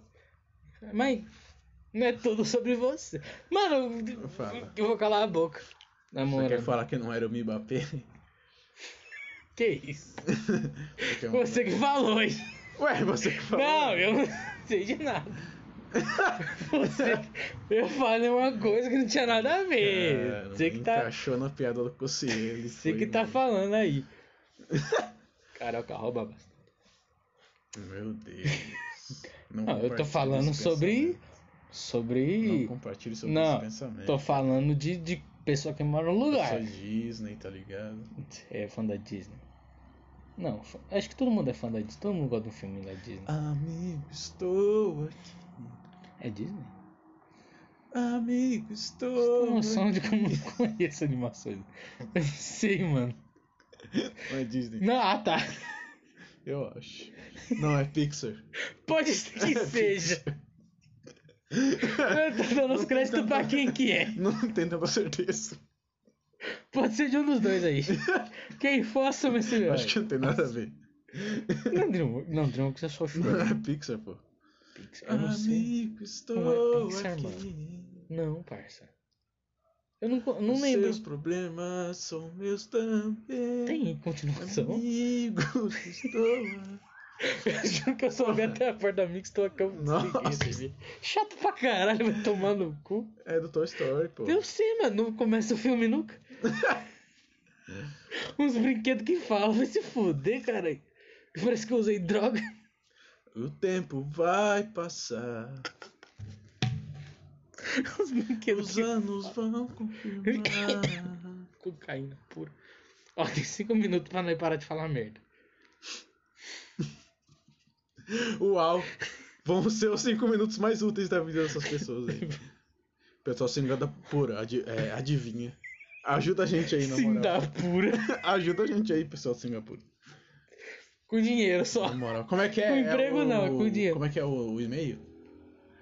S4: Mas não é tudo sobre você. Mano, eu-
S2: Fala.
S4: eu vou calar a boca. Na
S2: Você
S4: moral.
S2: quer falar que não era o Mbappé?
S4: Que isso?
S2: Você quer um-
S4: Você que falou hein?
S2: Ué, você que falou.
S4: Não, eu não sei de nada. Você, eu falei uma coisa que não tinha nada a ver.
S2: Cara,
S4: você que tá,
S2: encaixou na piada do Cossielli.
S4: você que
S2: um-
S4: tá falando aí. Caraca, rouba bastante.
S2: Meu Deus. Não,
S4: Não, eu tô
S2: compartilho
S4: falando
S2: esse
S4: sobre.
S2: pensamento. Não
S4: Sobre.
S2: compartilhe sobre
S4: Não,
S2: esse pensamento.
S4: tô falando de, de pessoa que mora no
S2: Eu
S4: lugar.
S2: sou Disney, tá ligado?
S4: É fã da Disney. Não, fã- acho que todo mundo é fã da Disney. Todo mundo gosta de um filme da Disney.
S2: Amigo, estou aqui.
S4: É Disney?
S2: Amigo,
S4: Tô
S2: estou.
S4: com noção de como eu não conheço animações. Eu não sei, mano.
S2: aqui. Não é Disney,
S4: Não, ah, tá.
S2: eu acho. Não, é Pixar.
S4: Pode ser que seja. Eu tô dando os créditos pra quem que é.
S2: Não tenho tanta certeza.
S4: Pode ser de um dos dois aí. Quem for, assume esse herói.
S2: Acho que não tem nada a ver.
S4: Não, Dreamworks, não, Dreamworks é só
S2: Não
S4: choro.
S2: é Pixar, pô.
S4: Pixar, eu não
S2: Ah,
S4: sei.
S2: estou
S4: Não é Pixar, Não, parça. Eu não, co- não lembro.
S2: Seus problemas são meus também.
S4: Tem continuação?
S2: Amigos, estou aqui.
S4: Eu juro que eu soube até a porta da Mix, tô aqui. eu desliguei
S2: Nossa.
S4: esse vídeo. Chato pra caralho, vai tomar no cu.
S2: É do Toy Story, pô.
S4: Eu sei, mano, não começa o filme nunca. Uns brinquedos que falam, vai se fuder, caralho. Parece que eu usei droga.
S2: O tempo vai passar,
S4: Uns brinquedos
S2: os
S4: que
S2: anos vão confirmar.
S4: cocaína pura. Ó, tem cinco minutos pra nós parar de falar merda.
S2: Uau! Vão ser os cinco minutos mais úteis da vida dessas pessoas aí. Pessoal se engana pura, adi- é, adivinha. Ajuda a gente aí, na moral.
S4: Singapura.
S2: Ajuda a gente aí, pessoal de Singapura.
S4: Com dinheiro só.
S2: Na moral. Como é que é?
S4: Com
S2: É
S4: emprego
S2: o-
S4: não, é com dinheiro.
S2: Como é que é o, o e-mail?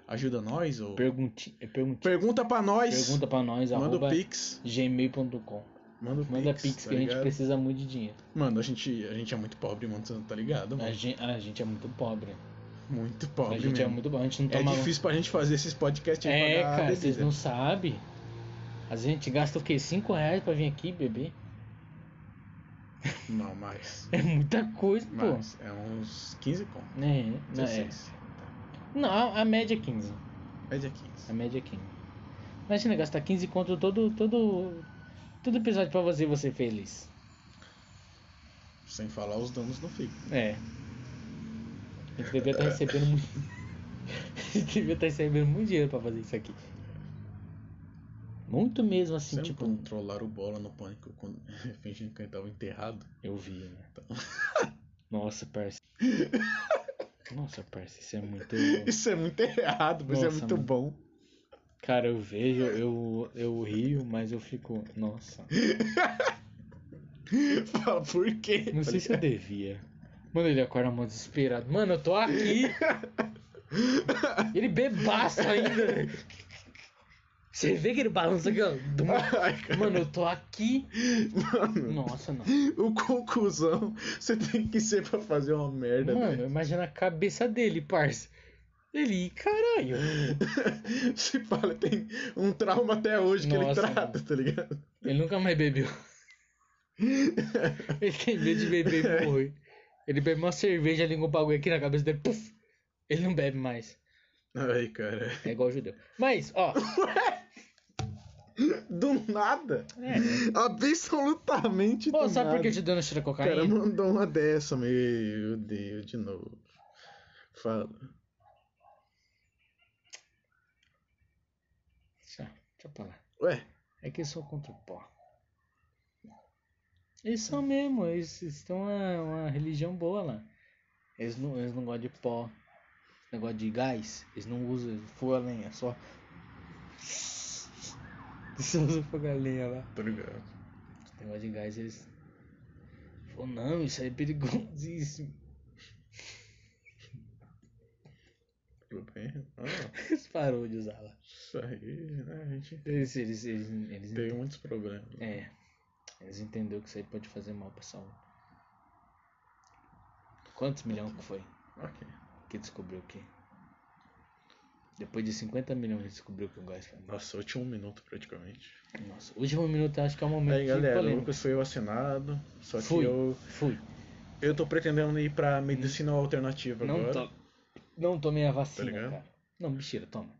S2: Ajuda nós ou...
S4: Pergunti... é Pergunta...
S2: Pergunta pra nós.
S4: Pergunta pra nós,
S2: Manda
S4: arroba
S2: o Pix.
S4: gmail.com.
S2: Manda o
S4: Manda
S2: Pix,
S4: pix,
S2: tá
S4: que a gente
S2: ligado? Tá
S4: precisa muito de dinheiro.
S2: Mano, a gente, a gente é muito pobre, mano. Você não tá ligado, mano?
S4: A gente, a gente é muito pobre.
S2: Muito pobre
S4: a gente é
S2: mesmo.
S4: muito pobre. A gente não
S2: É
S4: toma...
S2: difícil pra gente fazer esses podcasts aí
S4: É,
S2: pra dar
S4: cara,
S2: bebida.
S4: vocês não sabem. A gente gasta o quê? 5 reais pra vir aqui beber?
S2: Não, mas...
S4: É muita coisa, pô.
S2: mas é uns 15 conto.
S4: É, não, é.
S2: 16.
S4: Não, a, a média é 15.
S2: Média 15.
S4: A média é 15. Imagina gastar 15 conto todo, todo, todo episódio pra fazer você feliz.
S2: Sem falar os danos no fígado.
S4: É. A gente devia estar recebendo muito. A gente devia estar recebendo muito dinheiro pra fazer isso aqui. Muito mesmo assim,
S2: Sempre
S4: tipo.
S2: quando trollaram é um o bola no pânico quando... fingindo que ele tava enterrado.
S4: Eu vi, né? Nossa, parça. Nossa, parça, isso é muito.
S2: Isso é muito errado, mas é
S4: Nossa,
S2: muito
S4: mano.
S2: bom.
S4: Cara, eu vejo, eu, eu rio, mas eu fico. Nossa.
S2: Fala, por quê?
S4: Não sei se eu devia. Mano, ele acorda mó desesperado. Mano, eu tô aqui! Ele bebaça ainda. Você vê que ele balança aqui, ó. do mo- Mano, eu tô aqui. Nossa, não.
S2: O conclusão você tem que ser pra fazer uma merda,
S4: Mano,
S2: né?
S4: imagina a cabeça dele, parça. Ele, caralho.
S2: Se fala, tem um trauma até hoje que ele
S4: Nossa,
S2: trata, tá ligado?
S4: Ele nunca mais bebeu. Ele tem medo de beber e morrer. Ele bebe uma cerveja, liga um bagulho aqui na cabeça dele, puf! Ele não bebe mais.
S2: Ai, cara.
S4: É igual judeu. Mas, ó.
S2: Do nada? Absolutamente
S4: É. Pô,
S2: do
S4: sabe por
S2: nada.
S4: que o judeu não tira
S2: O cara
S4: cocaína?
S2: mandou uma dessa, meu Deus, de novo. Fala.
S4: Deixa, deixa pra lá.
S2: Ué,
S4: É que eu sou contra o pó. Eles são mesmo, eles, eles têm uma, uma religião boa lá. Eles não, eles não gostam de pó, negócio de gás, eles não usam fogo a lenha, só. Eles não usam fogo a lenha lá.
S2: tô tá ligado.
S4: Esse negócio de gás, eles. Falou, não, isso aí é perigosíssimo.
S2: Tudo bem? Ah,
S4: Eles parou de usar lá.
S2: isso aí, né? A gente
S4: Eles, eles, eles, eles
S2: tem um muitos problemas.
S4: É. Eles entenderam que isso aí pode fazer mal pra saúde. Quantos milhões que foi
S2: Ok.
S4: que descobriu que? Depois de 50 milhões descobriu que o gás foi mal.
S2: Nossa, último minuto praticamente.
S4: Nossa, último minuto eu acho que é o momento
S2: Aí,
S4: de
S2: galera, o
S4: polêmica.
S2: Lucas foi vacinado, só que
S4: Fui.
S2: eu...
S4: Fui.
S2: Eu tô pretendendo ir pra medicina alternativa
S4: Hum. Não,
S2: agora. Tá
S4: to... não tomei a vacina,
S2: ligado?
S4: cara. Não, mentira, toma.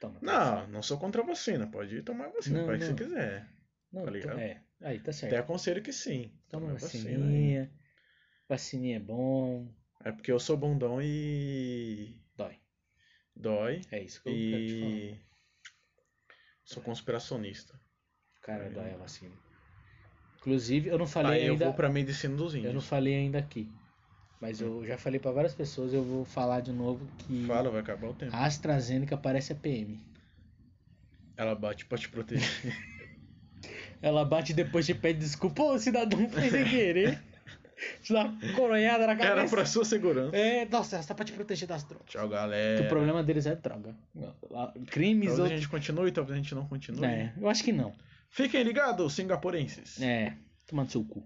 S4: Toma.
S2: Não, não sou contra a vacina. Pode ir tomar a vacina,
S4: Não,
S2: faz o que
S4: não.
S2: você quiser.
S4: não
S2: tá
S4: to-
S2: ligado?
S4: É, aí tá certo.
S2: Até aconselho que sim.
S4: Toma
S2: tomar
S4: vacininha. Vacininha é bom.
S2: É porque eu sou bundão e.
S4: Dói.
S2: Dói.
S4: É isso que eu quero te falar.
S2: E. Sou conspiracionista.
S4: Cara,
S2: Aí,
S4: dói a
S2: né?
S4: vacina. Inclusive, eu não falei
S2: Aí Ah, eu
S4: ainda.
S2: vou pra medicina dos
S4: Eu não
S2: índios.
S4: falei ainda aqui. Mas eu já falei pra várias pessoas, eu vou falar de novo que
S2: Fala, vai acabar o tempo.
S4: a AstraZeneca parece a PM.
S2: Ela bate pra te proteger.
S4: Ela bate e depois te pede desculpa, ô cidadão, foi sem querer. Te dá uma coronhada na
S2: Era
S4: cabeça.
S2: pra sua segurança.
S4: É, nossa, essa é pra te proteger das drogas.
S2: Tchau,
S4: Que
S2: galera.
S4: o problema deles é droga. Lá- Crimes
S2: Talvez
S4: ou...
S2: a gente continue, talvez a gente não continue.
S4: É, eu acho que não.
S2: Fiquem ligados, singaporenses.
S4: É, tomando seu cu,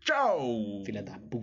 S2: Tchau!
S4: filha da puta.